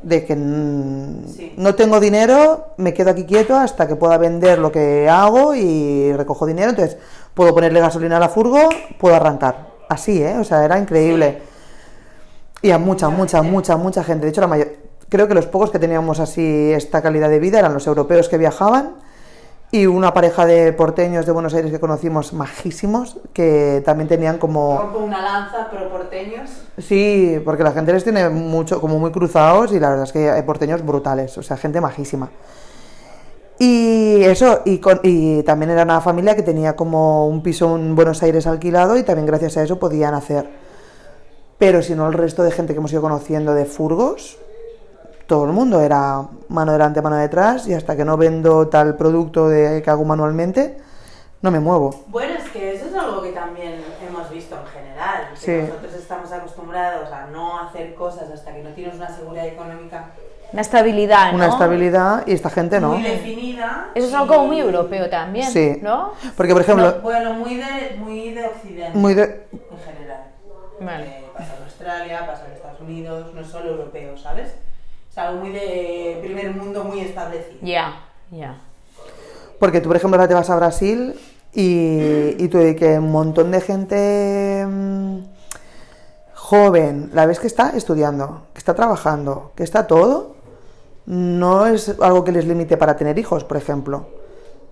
[SPEAKER 2] de que mm,
[SPEAKER 4] Sí.
[SPEAKER 2] no tengo dinero, me quedo aquí quieto hasta que pueda vender lo que hago y recojo dinero. Entonces, puedo ponerle gasolina a la furgo, puedo arrancar. Así, ¿eh? O sea, era increíble. Y a mucha, mucha, mucha, mucha gente. De hecho, la mayor... creo que los pocos que teníamos así esta calidad de vida eran los europeos que viajaban y una pareja de porteños de Buenos Aires que conocimos majísimos que también tenían como...
[SPEAKER 4] Rompo una lanza, pero porteños.
[SPEAKER 2] Sí, porque la gente les tiene mucho, como muy cruzados y la verdad es que hay porteños brutales, o sea, gente majísima. Y eso, y, con- y también era una familia que tenía como un piso en Buenos Aires alquilado y también gracias a eso podían hacer. Pero si no, el resto de gente que hemos ido conociendo de furgos, todo el mundo era mano delante, mano detrás y hasta que no vendo tal producto de, que hago manualmente, no me muevo.
[SPEAKER 4] Bueno, es que eso es algo que también hemos visto en general. que
[SPEAKER 2] Sí.
[SPEAKER 4] Nosotros estamos acostumbrados a no hacer cosas hasta que no tienes una seguridad económica
[SPEAKER 3] una estabilidad, Ah, ¿no?
[SPEAKER 2] Una estabilidad y esta gente no.
[SPEAKER 4] muy definida.
[SPEAKER 3] Eso es
[SPEAKER 4] y-
[SPEAKER 3] algo como muy europeo también,
[SPEAKER 2] Sí.
[SPEAKER 3] ¿no?
[SPEAKER 2] Porque, por ejemplo,
[SPEAKER 4] Pues No, bueno, muy de, muy de Occidente
[SPEAKER 2] muy de,
[SPEAKER 4] en general.
[SPEAKER 3] Vale.
[SPEAKER 4] Eh, pasa en Australia, pasa en Estados Unidos, no es solo europeo, ¿sabes? Es algo muy de primer mundo muy establecido.
[SPEAKER 3] Ya, ya.
[SPEAKER 2] Porque tú, por ejemplo, ahora te vas a Brasil y, y tú y que un montón de gente mm, joven, la ves que está estudiando, que está trabajando, que está todo, no es algo que les limite para tener hijos, por ejemplo.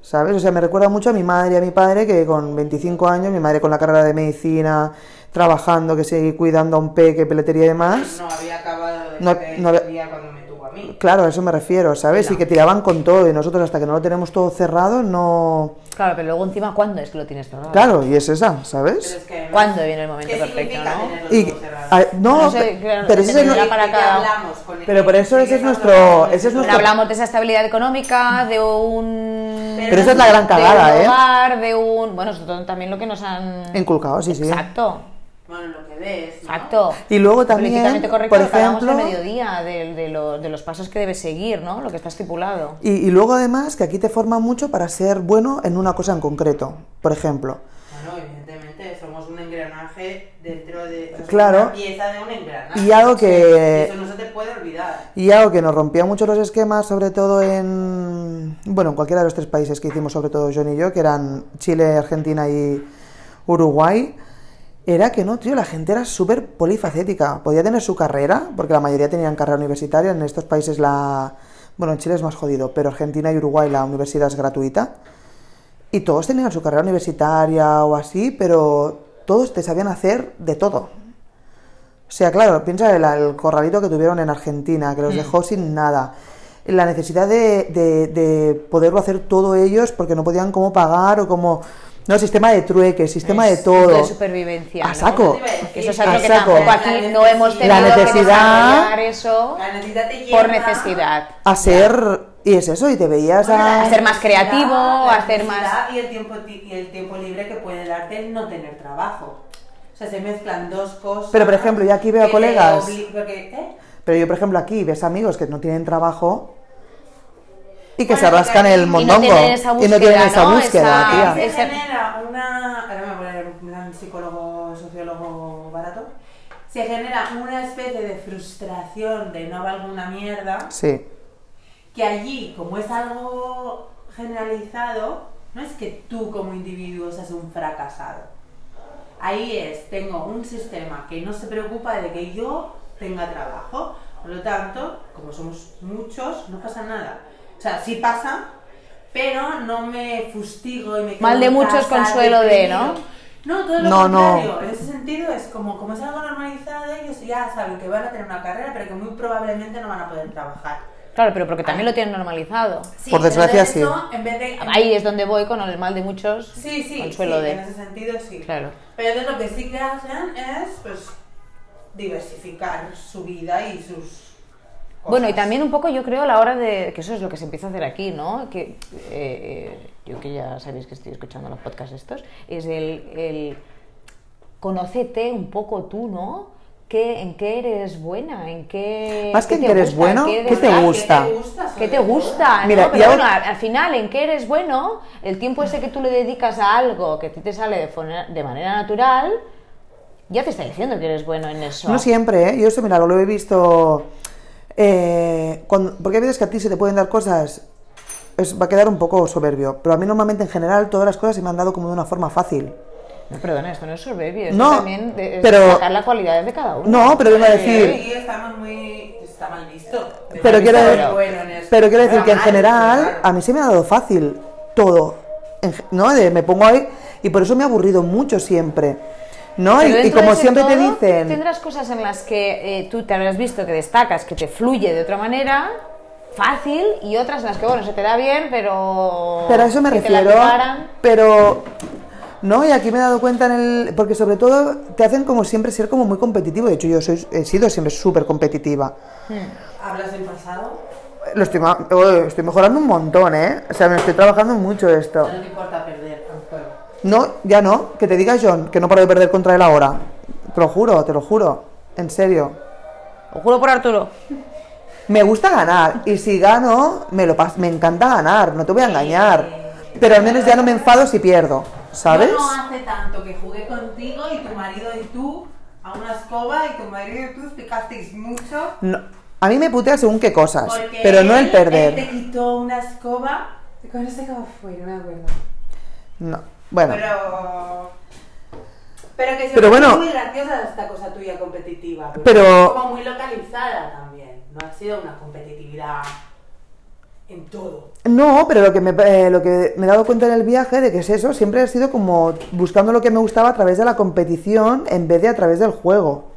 [SPEAKER 2] ¿Sabes? O sea, me recuerda mucho a mi madre y a mi padre, que con 25 años, mi madre con la carrera de medicina, trabajando, que sí, cuidando a un peque, peletería y demás.
[SPEAKER 4] No había acabado de
[SPEAKER 2] No-
[SPEAKER 4] hacer
[SPEAKER 2] no
[SPEAKER 4] el
[SPEAKER 2] había-
[SPEAKER 4] día cuando me tuvo a mí.
[SPEAKER 2] Claro, a eso me refiero, ¿sabes? Y que tiraban con todo y nosotros hasta que no lo tenemos todo cerrado, no...
[SPEAKER 3] Claro, pero luego encima, ¿cuándo es que lo tienes cerrado?
[SPEAKER 2] Claro, y es esa,
[SPEAKER 4] Pero
[SPEAKER 2] ¿sabes?
[SPEAKER 4] es que además-
[SPEAKER 3] ¿Cuándo viene el momento
[SPEAKER 4] ¿Qué
[SPEAKER 3] perfecto,
[SPEAKER 4] significa
[SPEAKER 3] no?
[SPEAKER 4] tenerlo
[SPEAKER 2] Y,
[SPEAKER 4] todo cerrado?
[SPEAKER 2] a- no,
[SPEAKER 3] No sé, claro,
[SPEAKER 2] pero ese es
[SPEAKER 3] dependerá
[SPEAKER 2] el...
[SPEAKER 3] para
[SPEAKER 4] ¿De qué
[SPEAKER 3] cada-
[SPEAKER 4] hablamos con el-
[SPEAKER 2] Pero por eso
[SPEAKER 4] ¿de
[SPEAKER 2] ese
[SPEAKER 4] qué
[SPEAKER 2] es nuestro-
[SPEAKER 4] hablamos con
[SPEAKER 2] ese es
[SPEAKER 4] el-
[SPEAKER 2] nuestro-
[SPEAKER 3] Hablamos de esa estabilidad económica, de un...
[SPEAKER 2] Pero esa es la gran
[SPEAKER 3] de un
[SPEAKER 2] cagada, ¿eh?
[SPEAKER 3] hogar, de un... Bueno, eso todo también lo que nos han...
[SPEAKER 2] Inculcado, sí, sí.
[SPEAKER 3] Exacto,
[SPEAKER 4] Bueno, lo que ves. ¿no?
[SPEAKER 3] exacto.
[SPEAKER 2] Y luego también,
[SPEAKER 3] Políticamente correcto,
[SPEAKER 2] por
[SPEAKER 3] lo que hablamos
[SPEAKER 2] ejemplo-
[SPEAKER 3] al mediodía, de, de lo- de los pasos que debes seguir, ¿no? Lo que está estipulado.
[SPEAKER 2] Y, y luego además que aquí te forman mucho para ser bueno en una cosa en concreto, por ejemplo.
[SPEAKER 4] Bueno, evidentemente, somos un engranaje dentro de. somos
[SPEAKER 2] Claro.
[SPEAKER 4] Una pieza de un engranaje.
[SPEAKER 2] Y algo que-
[SPEAKER 4] Ah, Eso no se te puede olvidar.
[SPEAKER 2] Y algo que nos rompía mucho los esquemas, sobre todo en, bueno, en cualquiera de los tres países que hicimos, sobre todo John y yo, que eran Chile, Argentina y Uruguay, era que no, tío, la gente era súper polifacética. Podía tener su carrera, porque la mayoría tenían carrera universitaria, en estos países la... Bueno, en Chile es más jodido, pero Argentina y Uruguay la universidad es gratuita. Y todos tenían su carrera universitaria o así, pero todos te sabían hacer de todo. O sea, claro, piensa el, el corralito que tuvieron en Argentina, que
[SPEAKER 3] Mm.
[SPEAKER 2] los dejó sin nada. La necesidad de, de- de poderlo hacer todo ellos porque no podían cómo pagar o cómo... No, sistema de trueques, sistema
[SPEAKER 3] Es
[SPEAKER 2] de todo.
[SPEAKER 3] De supervivencia.
[SPEAKER 2] A
[SPEAKER 3] ¿no?
[SPEAKER 2] saco.
[SPEAKER 4] Eso te iba a decir.
[SPEAKER 3] Que eso es algo
[SPEAKER 2] A
[SPEAKER 3] que
[SPEAKER 2] saco.
[SPEAKER 3] tampoco aquí no hemos tenido
[SPEAKER 2] La
[SPEAKER 3] que
[SPEAKER 2] necesidad-
[SPEAKER 3] desarrollar eso
[SPEAKER 4] La necesidad te lleva
[SPEAKER 3] por necesidad.
[SPEAKER 2] a ser y es eso y te veías
[SPEAKER 4] Bueno, la
[SPEAKER 2] a,
[SPEAKER 3] A ser más
[SPEAKER 4] necesidad,
[SPEAKER 3] creativo,
[SPEAKER 4] la
[SPEAKER 3] a ser más-
[SPEAKER 4] necesidad Y el, tiempo, ti- y el tiempo libre que puede darte el no tener trabajo. O sea, se mezclan dos cosas.
[SPEAKER 2] Pero, por ejemplo, yo aquí veo a
[SPEAKER 4] que
[SPEAKER 2] colegas.
[SPEAKER 4] obli- porque, ¿eh?
[SPEAKER 2] pero yo por ejemplo aquí ves amigos que no tienen trabajo y que
[SPEAKER 4] Bueno,
[SPEAKER 2] se rascan
[SPEAKER 4] claro, y
[SPEAKER 2] el
[SPEAKER 4] no
[SPEAKER 2] mondongo
[SPEAKER 3] tienen esa búsqueda,
[SPEAKER 2] tienen esa
[SPEAKER 3] ¿no?
[SPEAKER 2] búsqueda,
[SPEAKER 3] Esa-
[SPEAKER 2] tía.
[SPEAKER 4] Se
[SPEAKER 3] ese-
[SPEAKER 4] genera una. Ahora me voy a poner en plan psicólogo, sociólogo barato. Se genera una especie de frustración de no valgo una mierda.
[SPEAKER 2] sí
[SPEAKER 4] Que allí, como es algo generalizado, no es que tú como individuo seas un fracasado. Ahí es, tengo un sistema que no se preocupa de que yo tenga trabajo. Por lo tanto, como somos muchos, no pasa nada. O sea, sí pasa, pero no me fustigo y me quedo
[SPEAKER 3] Mal de
[SPEAKER 4] en
[SPEAKER 3] muchos,
[SPEAKER 4] casa
[SPEAKER 3] consuelo de,
[SPEAKER 4] deprimido. No, todo lo
[SPEAKER 2] No, no.
[SPEAKER 4] contrario. En ese sentido es como, como es algo normalizado, ellos ya saben que van a tener una carrera, pero que muy probablemente no van a poder trabajar.
[SPEAKER 3] Claro, pero porque también lo tienen normalizado.
[SPEAKER 4] Sí,
[SPEAKER 2] Por desgracia,
[SPEAKER 4] entonces eso, en vez de-
[SPEAKER 3] Ahí es donde voy con el mal de muchos.
[SPEAKER 4] Sí, sí,
[SPEAKER 3] Consuelo
[SPEAKER 4] sí, en
[SPEAKER 3] de.
[SPEAKER 4] ese sentido sí.
[SPEAKER 3] Claro.
[SPEAKER 4] Pero entonces lo que sí que hacen es, pues, diversificar su vida y sus cosas.
[SPEAKER 3] Bueno, y también un poco yo creo a la hora de que eso es lo que se empieza a hacer aquí, ¿no? Que eh, eh, yo que ya sabéis que estoy escuchando los podcasts estos, es el, el conócete un poco tú, ¿no? ¿Qué, ¿En qué eres buena? ¿En qué
[SPEAKER 2] Más que en
[SPEAKER 3] qué te
[SPEAKER 2] qué eres
[SPEAKER 3] gusta?
[SPEAKER 2] bueno, ¿qué te
[SPEAKER 4] Ah,
[SPEAKER 3] gusta?
[SPEAKER 2] gusta?
[SPEAKER 4] ¿Qué
[SPEAKER 3] ¿Qué te
[SPEAKER 4] te gusta? sobre todo?
[SPEAKER 3] gusta? ¿no?
[SPEAKER 2] Mira, y
[SPEAKER 3] Pero
[SPEAKER 2] ahora-
[SPEAKER 3] bueno, al, al final, en qué eres bueno, el tiempo ese que tú le dedicas a algo que a ti te sale de, fone- de manera natural, ya te está diciendo que eres bueno en eso.
[SPEAKER 2] No siempre, ¿eh? Yo eso, mira, lo he visto... eh, cuando- porque hay veces que a ti se te pueden dar cosas... es- va a quedar un poco soberbio, pero a mí normalmente en general todas las cosas se me han dado como de una forma fácil.
[SPEAKER 3] No, perdona, esto no es soberbio, esto
[SPEAKER 2] No,
[SPEAKER 3] también de- es
[SPEAKER 2] pero-
[SPEAKER 3] sacar la cualidad de cada uno.
[SPEAKER 2] No, pero vengo a decir...
[SPEAKER 4] Sí, estamos muy... Está mal visto. Está
[SPEAKER 2] Pero
[SPEAKER 4] mal
[SPEAKER 2] quiero,
[SPEAKER 4] visto,
[SPEAKER 3] de-
[SPEAKER 4] pero bueno, en eso.
[SPEAKER 2] pero quiero decir
[SPEAKER 4] Bueno,
[SPEAKER 2] que en
[SPEAKER 4] mal, pero
[SPEAKER 2] general
[SPEAKER 4] claro.
[SPEAKER 2] a mí se me ha dado fácil todo. en ge- ¿No? De- me pongo ahí y por eso me ha aburrido mucho siempre. ¿No?
[SPEAKER 3] Pero
[SPEAKER 2] Y- Y,
[SPEAKER 3] dentro de
[SPEAKER 2] como
[SPEAKER 3] ese
[SPEAKER 2] siempre te
[SPEAKER 3] todo,
[SPEAKER 2] dicen...
[SPEAKER 3] Tendrás cosas en las que eh, tú te habrás visto que destacas, que te fluye de otra manera, fácil, y otras en las que, bueno, se te da bien, pero.
[SPEAKER 2] Pero a eso me
[SPEAKER 3] si te la
[SPEAKER 2] refiero.
[SPEAKER 3] preparan,
[SPEAKER 2] Pero. No, y aquí me he dado cuenta en el. Porque sobre todo te hacen como siempre ser como muy competitivo. De hecho, yo soy, he sido siempre súper competitiva.
[SPEAKER 4] ¿Hablas en pasado?
[SPEAKER 2] Lo estoy, ma- oh, estoy mejorando un montón, ¿eh? O sea, me estoy trabajando mucho esto.
[SPEAKER 4] No te importa perder un juego.
[SPEAKER 2] No, ya no. Que te diga John que no paro de perder contra él ahora. Te lo juro, te lo juro. En serio.
[SPEAKER 3] Lo juro por Arturo.
[SPEAKER 2] Me gusta ganar. Y si gano, me, lo pas- me encanta ganar. No te voy a engañar. Pero al menos ya no me enfado si pierdo. ¿Sabes?
[SPEAKER 4] Yo no hace tanto que jugué contigo y tu marido y tú a una escoba y tu marido y tú explicasteis mucho.
[SPEAKER 2] No, a mí me putea según qué cosas,
[SPEAKER 4] Porque
[SPEAKER 2] Ah, pero no el
[SPEAKER 4] él-
[SPEAKER 2] perder.
[SPEAKER 4] él te quitó una escoba. Con ese cómo fue, no me acuerdo.
[SPEAKER 2] No, bueno,
[SPEAKER 4] Pero. Pero que se
[SPEAKER 2] Pero
[SPEAKER 4] me hace
[SPEAKER 2] bueno.
[SPEAKER 4] muy graciosa esta cosa tuya competitiva. porque
[SPEAKER 2] Pero-
[SPEAKER 4] es Como muy localizada también. No ha sido una competitividad. en todo.
[SPEAKER 2] No, pero lo que, me, eh, lo que me he dado cuenta en el viaje de que es eso, siempre ha sido como buscando lo que me gustaba a través de la competición en vez de a través del juego.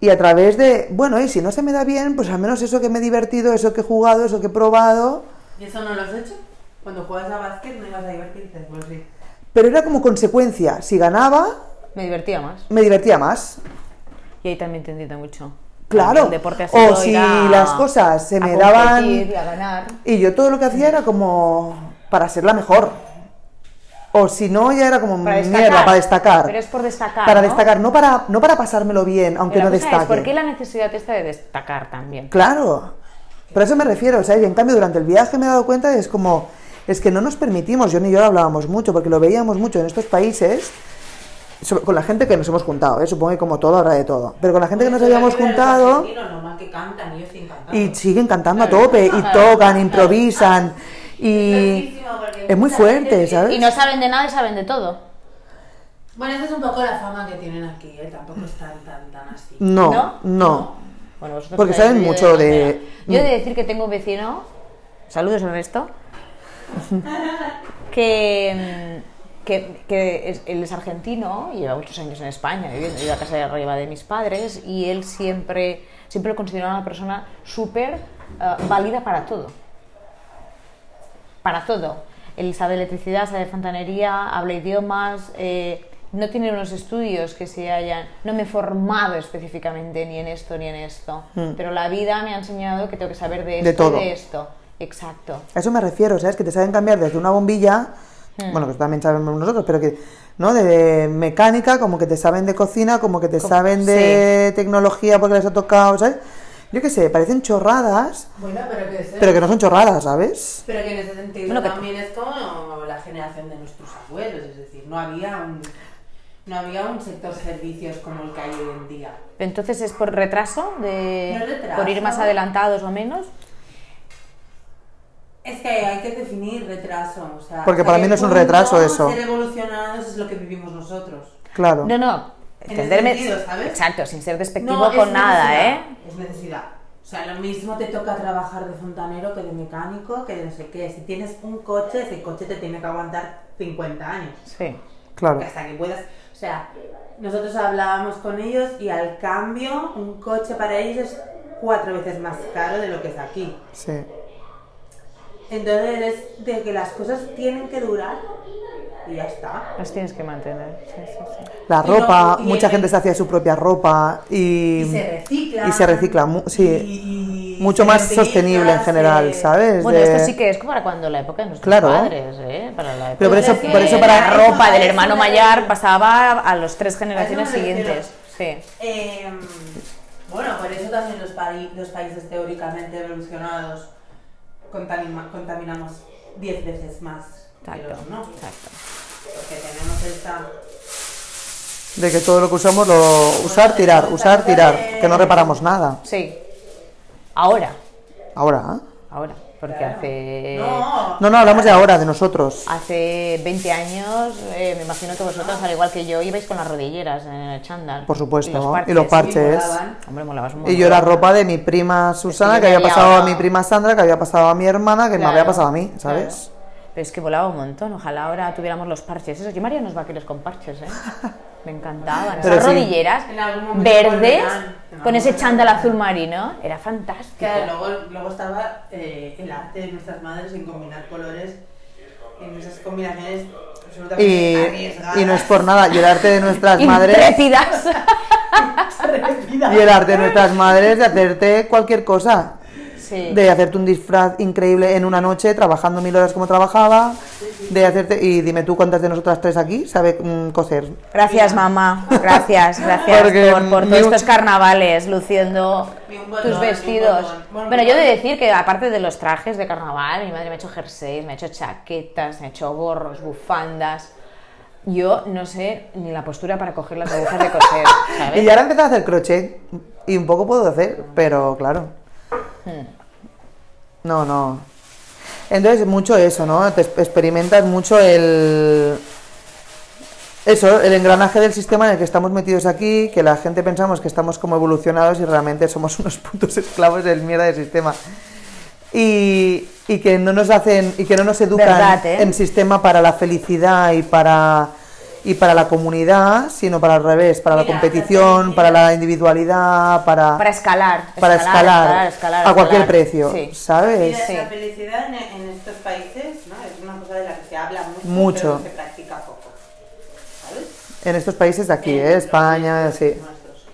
[SPEAKER 2] Y a través de, bueno, y si no se me da bien, pues al menos eso que me he divertido, eso que he jugado, eso que he probado.
[SPEAKER 4] ¿Y eso no lo has hecho? Cuando juegas a básquet no ibas a divertirte, pues sí.
[SPEAKER 2] Pero era como consecuencia, si ganaba,
[SPEAKER 3] Me divertía más.
[SPEAKER 2] me divertía más.
[SPEAKER 3] Y ahí también te entiendo mucho.
[SPEAKER 2] Claro.
[SPEAKER 3] El deporte ha sido
[SPEAKER 2] o si
[SPEAKER 3] ir a-
[SPEAKER 2] las cosas se
[SPEAKER 3] a
[SPEAKER 2] me
[SPEAKER 3] competir
[SPEAKER 2] daban...
[SPEAKER 3] y a ganar.
[SPEAKER 2] Y yo todo lo que hacía era como para ser la mejor. O si no, ya era como
[SPEAKER 3] Para destacar.
[SPEAKER 2] mierda, para destacar.
[SPEAKER 3] Pero es por destacar.
[SPEAKER 2] para
[SPEAKER 3] ¿no?
[SPEAKER 2] destacar, no para, no para pasármelo bien, aunque
[SPEAKER 3] Pero
[SPEAKER 2] no
[SPEAKER 3] la cosa es,
[SPEAKER 2] destaque.
[SPEAKER 3] ¿Por qué la necesidad esta de destacar también?
[SPEAKER 2] Claro. Por eso me refiero, o sea, y en cambio durante el viaje me he dado cuenta es como, es que no nos permitimos, yo ni yo lo hablábamos mucho, porque lo veíamos mucho en estos países, so- con la gente que nos hemos juntado, ¿eh? supongo que como todo habrá de todo, pero con la gente que nos
[SPEAKER 4] Pero
[SPEAKER 2] habíamos
[SPEAKER 4] aquí ver a los
[SPEAKER 2] juntado
[SPEAKER 4] argentinos, Lo más que cantan, ellos siguen cantando.
[SPEAKER 2] y siguen cantando a tope, y tocan, improvisan, y es muy fuerte,
[SPEAKER 3] Y
[SPEAKER 2] ¿sabes?
[SPEAKER 3] no saben de nada y saben de todo.
[SPEAKER 4] Bueno, esa es un poco la fama que tienen aquí, ¿eh? Tampoco están tan, tan así.
[SPEAKER 2] No,
[SPEAKER 3] ¿No?
[SPEAKER 2] no.
[SPEAKER 3] Bueno, vosotros
[SPEAKER 2] Porque
[SPEAKER 3] sabéis
[SPEAKER 2] saben
[SPEAKER 3] muy
[SPEAKER 2] mucho de- Mm.
[SPEAKER 3] bandera. Yo he de decir que tengo un vecino, saludos Ernesto, que, mm, que, que es, él es argentino, y lleva muchos años en España, viviendo, vive a casa de arriba de mis padres, y él siempre, siempre lo consideraba una persona súper eh, válida para todo para todo. Él sabe electricidad, sabe fontanería, habla idiomas, eh, no tiene unos estudios que se hayan... No me he formado específicamente ni en esto ni en esto, pero la vida me ha enseñado que tengo que saber Mm. de esto
[SPEAKER 2] De
[SPEAKER 3] y
[SPEAKER 2] todo.
[SPEAKER 3] de esto. Exacto.
[SPEAKER 2] A eso me refiero, ¿sabes? Que te saben cambiar desde una bombilla, bueno, que también sabemos nosotros, pero que, ¿no? De mecánica, como que te saben de cocina, como que te
[SPEAKER 3] Como-
[SPEAKER 2] saben de tecnología porque les ha tocado, ¿sabes? Yo qué sé, parecen chorradas,
[SPEAKER 4] Bueno, pero que, es-
[SPEAKER 2] pero que no son chorradas, ¿sabes?
[SPEAKER 4] pero que en ese sentido
[SPEAKER 3] Bueno, que-
[SPEAKER 4] también es como la generación de nuestros abuelos, es decir, no había un, no había un sector servicios como el que hay hoy en día.
[SPEAKER 3] Entonces es por retraso, de,
[SPEAKER 4] No es retraso.
[SPEAKER 3] por ir más adelantados o menos.
[SPEAKER 4] Es que hay que definir retraso, o sea,
[SPEAKER 2] Porque
[SPEAKER 4] hasta
[SPEAKER 2] para
[SPEAKER 4] qué
[SPEAKER 2] mí no es un
[SPEAKER 4] punto
[SPEAKER 2] retraso eso.
[SPEAKER 4] Ser evolucionados es lo que vivimos nosotros.
[SPEAKER 2] Claro.
[SPEAKER 3] No, no.
[SPEAKER 4] En ese
[SPEAKER 3] entenderme-
[SPEAKER 4] sentido, ¿sabes?
[SPEAKER 3] Exacto, sin ser despectivo
[SPEAKER 4] No, es
[SPEAKER 3] con nada, ¿eh?
[SPEAKER 4] necesidad, Es necesidad. O sea, lo mismo te toca trabajar de fontanero que de mecánico, que de no sé qué. Si tienes un coche, ese coche te tiene que aguantar 50 años.
[SPEAKER 3] Sí.
[SPEAKER 2] Claro.
[SPEAKER 4] Porque hasta que puedas. O sea, nosotros hablábamos con ellos y al cambio, un coche para ellos es cuatro veces más caro de lo que es aquí.
[SPEAKER 2] Sí.
[SPEAKER 4] Entonces es de que las cosas tienen que durar y ya está.
[SPEAKER 3] Los tienes que mantener. Sí, sí, sí.
[SPEAKER 2] La
[SPEAKER 4] Y no-
[SPEAKER 2] ropa,
[SPEAKER 4] y
[SPEAKER 2] mucha
[SPEAKER 4] el-
[SPEAKER 2] gente se hacía su propia ropa y,
[SPEAKER 4] Y se recicla.
[SPEAKER 2] Em, y se recicla mu- sí.
[SPEAKER 4] y- y
[SPEAKER 2] mucho
[SPEAKER 4] se
[SPEAKER 2] más
[SPEAKER 4] reutilizan,
[SPEAKER 2] sostenible en general,
[SPEAKER 4] se-
[SPEAKER 2] ¿sabes?
[SPEAKER 3] Bueno,
[SPEAKER 2] De-
[SPEAKER 3] esto sí que es como para cuando la época de nuestros
[SPEAKER 2] Claro.
[SPEAKER 3] padres, ¿eh? Para la época
[SPEAKER 2] Pero por eso-
[SPEAKER 3] de-
[SPEAKER 2] por eso para-
[SPEAKER 3] La ropa
[SPEAKER 4] Ah,
[SPEAKER 3] del hermano Mayar pasaba a los tres generaciones
[SPEAKER 4] A eso me
[SPEAKER 3] siguientes. Sí.
[SPEAKER 4] Em, bueno, por eso también los, pai- los países teóricamente evolucionados contamina- contaminamos 10 veces más que
[SPEAKER 3] Exacto,
[SPEAKER 4] los no.
[SPEAKER 3] exacto.
[SPEAKER 4] Porque tenemos esta...
[SPEAKER 2] de que todo lo que usamos lo usar, tirar, usar, tirar, que no reparamos nada.
[SPEAKER 3] Sí. Ahora,
[SPEAKER 2] Ahora, ¿eh?
[SPEAKER 3] ahora, porque
[SPEAKER 4] Claro.
[SPEAKER 3] hace
[SPEAKER 4] No,
[SPEAKER 2] No, no, hablamos de ahora, de nosotros.
[SPEAKER 3] hace 20 años, eh, me imagino que vosotros, al igual que yo, ibais con las rodilleras en el chándal.
[SPEAKER 2] Por supuesto,
[SPEAKER 3] Y los parches.
[SPEAKER 2] y los parches.
[SPEAKER 4] volaban.
[SPEAKER 3] Hombre, molabas un
[SPEAKER 2] Y yo la
[SPEAKER 3] montón.
[SPEAKER 2] ropa de mi prima Susana,
[SPEAKER 3] yo
[SPEAKER 2] que
[SPEAKER 3] me
[SPEAKER 2] había pasado a
[SPEAKER 3] liaba.
[SPEAKER 2] mi prima Sandra, que había pasado a mi hermana, que me
[SPEAKER 3] Claro,
[SPEAKER 2] había pasado a mí, ¿sabes?
[SPEAKER 3] claro. Pero es que volaba un montón. Ojalá ahora tuviéramos los parches. Eso, yo me haría unos vaqueros con parches, ¿eh? Me encantaban.
[SPEAKER 2] Pero
[SPEAKER 3] Esas
[SPEAKER 2] sí.
[SPEAKER 3] rodilleras
[SPEAKER 4] En algún momento
[SPEAKER 3] verdes
[SPEAKER 4] volverán. En algún
[SPEAKER 3] con ese
[SPEAKER 4] momento
[SPEAKER 3] chándal
[SPEAKER 4] volverán.
[SPEAKER 3] azul marino. Era fantástico.
[SPEAKER 4] Claro, luego, luego estaba eh, el arte de nuestras madres en combinar colores, en esas combinaciones absolutamente arriesgadas.
[SPEAKER 2] Y, y no es por nada, y el arte de nuestras madres,
[SPEAKER 3] Intrépidas.
[SPEAKER 2] y el arte de nuestras madres de hacerte cualquier cosa,
[SPEAKER 3] Sí.
[SPEAKER 2] de hacerte un disfraz increíble en una noche, trabajando mil horas como trabajaba, de hacerte, y dime tú cuántas de nosotras tres aquí sabe mm, coser.
[SPEAKER 3] Gracias, mamá. Gracias, gracias
[SPEAKER 2] Porque
[SPEAKER 3] por, por
[SPEAKER 2] ni
[SPEAKER 3] todos
[SPEAKER 2] un-
[SPEAKER 3] estos carnavales luciendo
[SPEAKER 4] Ni un botón,
[SPEAKER 3] tus
[SPEAKER 4] ni un
[SPEAKER 3] vestidos.
[SPEAKER 4] botón. Bueno,
[SPEAKER 3] Bueno, yo he
[SPEAKER 4] pero-
[SPEAKER 3] de decir que aparte de los trajes de carnaval, mi madre me ha hecho jerseys, me ha hecho chaquetas, me ha hecho gorros, bufandas. Yo no sé ni la postura para coger las agujas de coser,
[SPEAKER 2] Y
[SPEAKER 3] ¿sabes?
[SPEAKER 2] ya ahora he empezado a hacer crochet, y un poco puedo hacer, pero claro.
[SPEAKER 3] Hmm.
[SPEAKER 2] No, no. Entonces, mucho eso, ¿no? Te exp- experimentas mucho el. Eso, el engranaje del sistema en el que estamos metidos aquí, que la gente pensamos que estamos como evolucionados y realmente somos unos putos esclavos del mierda del sistema. y, y que no nos hacen y que no nos educan
[SPEAKER 3] Verdad, ¿eh?
[SPEAKER 2] en sistema para la felicidad y para y para la comunidad, sino para al revés, para
[SPEAKER 4] Mira,
[SPEAKER 2] la
[SPEAKER 4] la
[SPEAKER 2] competición,
[SPEAKER 4] felicidad.
[SPEAKER 2] para la individualidad, para,
[SPEAKER 3] eh, Para escalar.
[SPEAKER 2] para escalar,
[SPEAKER 3] escalar, escalar,
[SPEAKER 2] a cualquier
[SPEAKER 3] escalar.
[SPEAKER 2] precio,
[SPEAKER 3] Sí.
[SPEAKER 2] ¿sabes?
[SPEAKER 4] Mira,
[SPEAKER 3] Sí.
[SPEAKER 4] la felicidad en, en estos países ¿no? es una cosa de la que se habla mucho,
[SPEAKER 2] Mucho.
[SPEAKER 4] pero que se practica poco. ¿Sabes?
[SPEAKER 2] En estos países de aquí, ¿eh? España, sí.
[SPEAKER 4] Nuestros.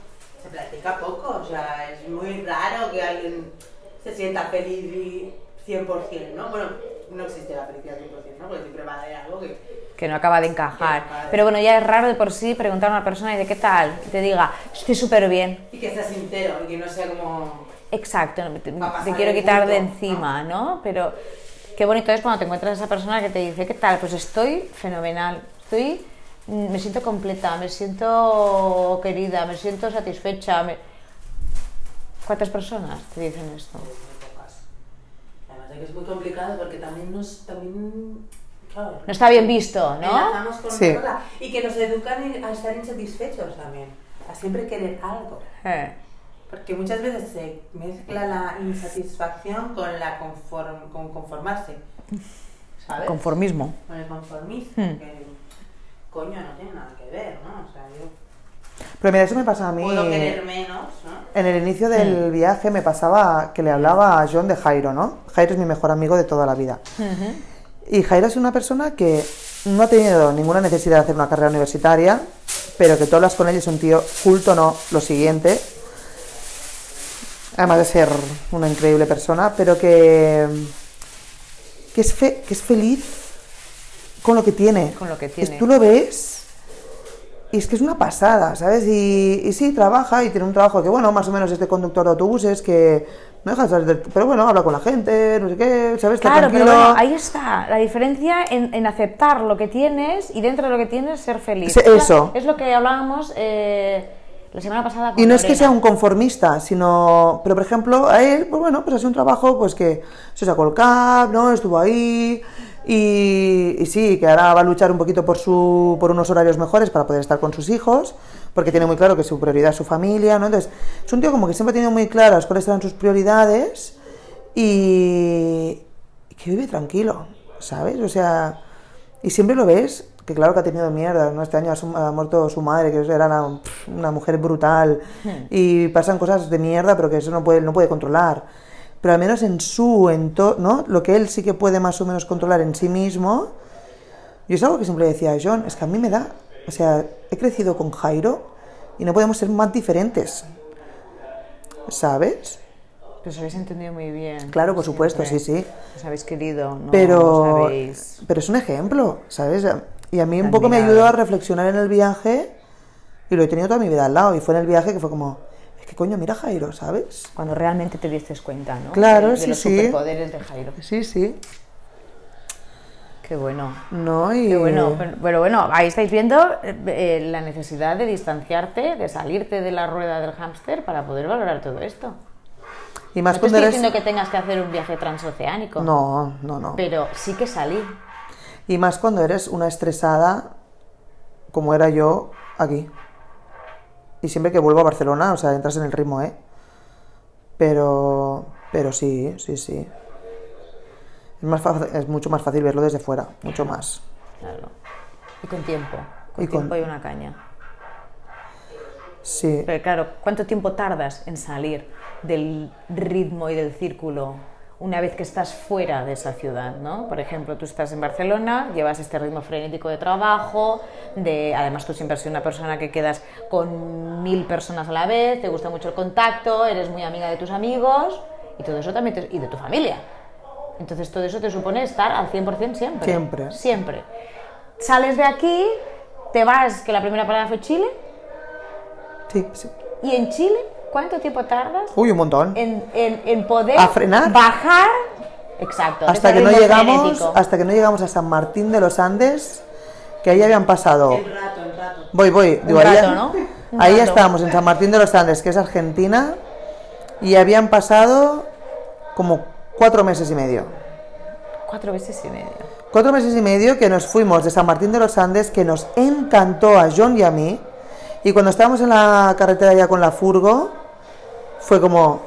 [SPEAKER 4] Se practica poco, o sea, es muy raro que alguien se sienta feliz y 100%, ¿no? Bueno, no existe la felicidad 100%, ¿no? Porque siempre va a haber algo que...
[SPEAKER 3] Que no acaba de encajar.
[SPEAKER 4] Que no acaba de-
[SPEAKER 3] Pero bueno, ya es raro de por sí preguntar a una persona y de qué tal. Y te diga, estoy súper bien.
[SPEAKER 4] Y que sea sincero, y que no sea como...
[SPEAKER 3] Exacto, no, te,
[SPEAKER 4] Va a pasar
[SPEAKER 3] te quiero
[SPEAKER 4] el
[SPEAKER 3] quitar de
[SPEAKER 4] punto,
[SPEAKER 3] encima, ¿no? Pero qué bonito es cuando te encuentras a esa persona que te dice, ¿qué tal? Pues estoy fenomenal. Estoy, mm, me siento completa, me siento querida, me siento satisfecha. me- ¿Cuántas personas te dicen esto?
[SPEAKER 4] muy pocas. Además de que es muy complicado porque también nos... También, claro,
[SPEAKER 3] No está bien visto, ¿no?
[SPEAKER 4] Enlazamos con
[SPEAKER 2] Sí.
[SPEAKER 4] otra. Y que nos educan a estar insatisfechos también, a siempre querer algo.
[SPEAKER 3] Eh.
[SPEAKER 4] Porque muchas veces se mezcla la insatisfacción con la conform- con conformarse. ¿Sabes?
[SPEAKER 3] Conformismo.
[SPEAKER 4] con el conformismo,
[SPEAKER 3] Hmm.
[SPEAKER 4] que coño no tiene nada que ver, ¿no? O sea, yo
[SPEAKER 2] Pero mira, eso me pasa a mí.
[SPEAKER 4] puedo querer menos, ¿no?
[SPEAKER 2] En el inicio del viaje me pasaba que le hablaba a John de Jairo, ¿no? Jairo es mi mejor amigo de toda la vida. Y Jairo es una persona que no ha tenido ninguna necesidad de hacer una carrera universitaria, pero que tú hablas con él y es un tío culto, no, lo siguiente. Además de ser una increíble persona, pero que, que, es, fe- que es feliz con lo que tiene.
[SPEAKER 3] Con lo que
[SPEAKER 2] Es-
[SPEAKER 3] tiene.
[SPEAKER 2] Tú lo ves y es que es una pasada, ¿sabes? Y, y sí, trabaja y tiene un trabajo que, bueno, más o menos este conductor de autobuses que no deja de salir del- Pero bueno, habla con la gente, no sé qué, ¿sabes? Está
[SPEAKER 3] Claro, pero
[SPEAKER 2] tranquilo.
[SPEAKER 3] bueno, ahí está la diferencia en, en aceptar lo que tienes y dentro de lo que tienes ser feliz.
[SPEAKER 2] Sí, eso.
[SPEAKER 3] Es lo que hablábamos eh, la semana pasada con
[SPEAKER 2] Y no es que
[SPEAKER 3] Lorena.
[SPEAKER 2] sea un conformista, sino, pero por ejemplo, a él, pues bueno, pues ha sido un trabajo, pues que se sacó el CAP, ¿no? Estuvo ahí y, y sí, que ahora va a luchar un poquito por su, por unos horarios mejores para poder estar con sus hijos, porque tiene muy claro que su prioridad es su familia, ¿no? Entonces, es un tío como que siempre ha tenido muy claras cuáles eran sus prioridades y y que vive tranquilo, ¿sabes? O sea, y siempre lo ves, que claro que ha tenido mierda, ¿no? Este año ha, su- ha muerto su madre, que era una, pf, una mujer brutal, y pasan cosas de mierda, pero que eso no puede, no puede controlar. Pero al menos en su entorno, ¿no? Lo que él sí que puede más o menos controlar en sí mismo, yo es algo que siempre le decía a John, es que a mí me da, o sea, he crecido con Jairo y no podemos ser más diferentes, ¿sabes?
[SPEAKER 3] Pues habéis entendido muy bien.
[SPEAKER 2] Claro, por supuesto,
[SPEAKER 3] siempre.
[SPEAKER 2] sí, sí.
[SPEAKER 3] Os habéis querido, no os
[SPEAKER 2] pero,
[SPEAKER 3] habéis-
[SPEAKER 2] pero es un ejemplo, ¿sabes? Y a mí un
[SPEAKER 3] Admirable.
[SPEAKER 2] poco me ayudó a reflexionar en el viaje y lo he tenido toda mi vida al lado. Y fue en el viaje que fue como, es que coño, mira Jairo, ¿sabes?
[SPEAKER 3] Cuando realmente te diste cuenta, ¿no?
[SPEAKER 2] Claro,
[SPEAKER 3] de, de
[SPEAKER 2] sí,
[SPEAKER 3] los
[SPEAKER 2] sí.
[SPEAKER 3] superpoderes de Jairo.
[SPEAKER 2] Sí, sí.
[SPEAKER 3] Qué bueno.
[SPEAKER 2] No, y...
[SPEAKER 3] Qué bueno, pero, pero bueno, ahí estáis viendo eh, eh, la necesidad de distanciarte, de salirte de la rueda del hámster para poder valorar todo esto.
[SPEAKER 2] y más
[SPEAKER 3] no te
[SPEAKER 2] cuando
[SPEAKER 3] estoy
[SPEAKER 2] eres-
[SPEAKER 3] diciendo que tengas que hacer un viaje transoceánico.
[SPEAKER 2] No, no, no.
[SPEAKER 3] Pero sí que salí.
[SPEAKER 2] Y más cuando eres una estresada como era yo aquí. Y siempre que vuelvo a Barcelona, o sea, entras en el ritmo, ¿eh? Pero, pero sí, sí, sí. Es, más fa- es mucho más fácil verlo desde fuera, mucho más.
[SPEAKER 3] Claro. Y con tiempo. Con
[SPEAKER 2] Y con-
[SPEAKER 3] tiempo y una caña.
[SPEAKER 2] Sí.
[SPEAKER 3] Pero claro, ¿cuánto tiempo tardas en salir del ritmo y del círculo una vez que estás fuera de esa ciudad, ¿no? Por ejemplo, tú estás en Barcelona, llevas este ritmo frenético de trabajo, de además tú siempre has sido una persona que quedas con mil personas a la vez, te gusta mucho el contacto, eres muy amiga de tus amigos y todo eso también te- y de tu familia. Entonces todo eso te supone estar al 100% siempre.
[SPEAKER 2] Siempre.
[SPEAKER 3] Siempre. Sales de aquí, te vas, que la primera parada fue Chile,
[SPEAKER 2] Sí, sí.
[SPEAKER 3] ¿Y en Chile cuánto tiempo tardas
[SPEAKER 2] Uy, un montón.
[SPEAKER 3] en, en- en poder
[SPEAKER 2] A frenar.
[SPEAKER 3] bajar? Exacto. de
[SPEAKER 2] Hasta
[SPEAKER 3] ese
[SPEAKER 2] que no
[SPEAKER 3] ritmo
[SPEAKER 2] llegamos,
[SPEAKER 3] frenético.
[SPEAKER 2] hasta que no llegamos a San Martín de los Andes, que ahí habían pasado.
[SPEAKER 4] El rato, el rato.
[SPEAKER 2] Voy, voy.
[SPEAKER 3] Un
[SPEAKER 2] Digo, ahí,
[SPEAKER 3] rato,
[SPEAKER 2] ya-
[SPEAKER 3] ¿no? Un
[SPEAKER 2] ahí ya
[SPEAKER 3] rato.
[SPEAKER 2] estábamos, en San Martín de los Andes, que es Argentina, y habían pasado como cuatro meses y medio.
[SPEAKER 3] Cuatro veces y media.
[SPEAKER 2] Cuatro meses y medio que nos fuimos de San Martín de los Andes, que nos encantó a John y a mí, y cuando estábamos en la carretera ya con la furgo, fue como,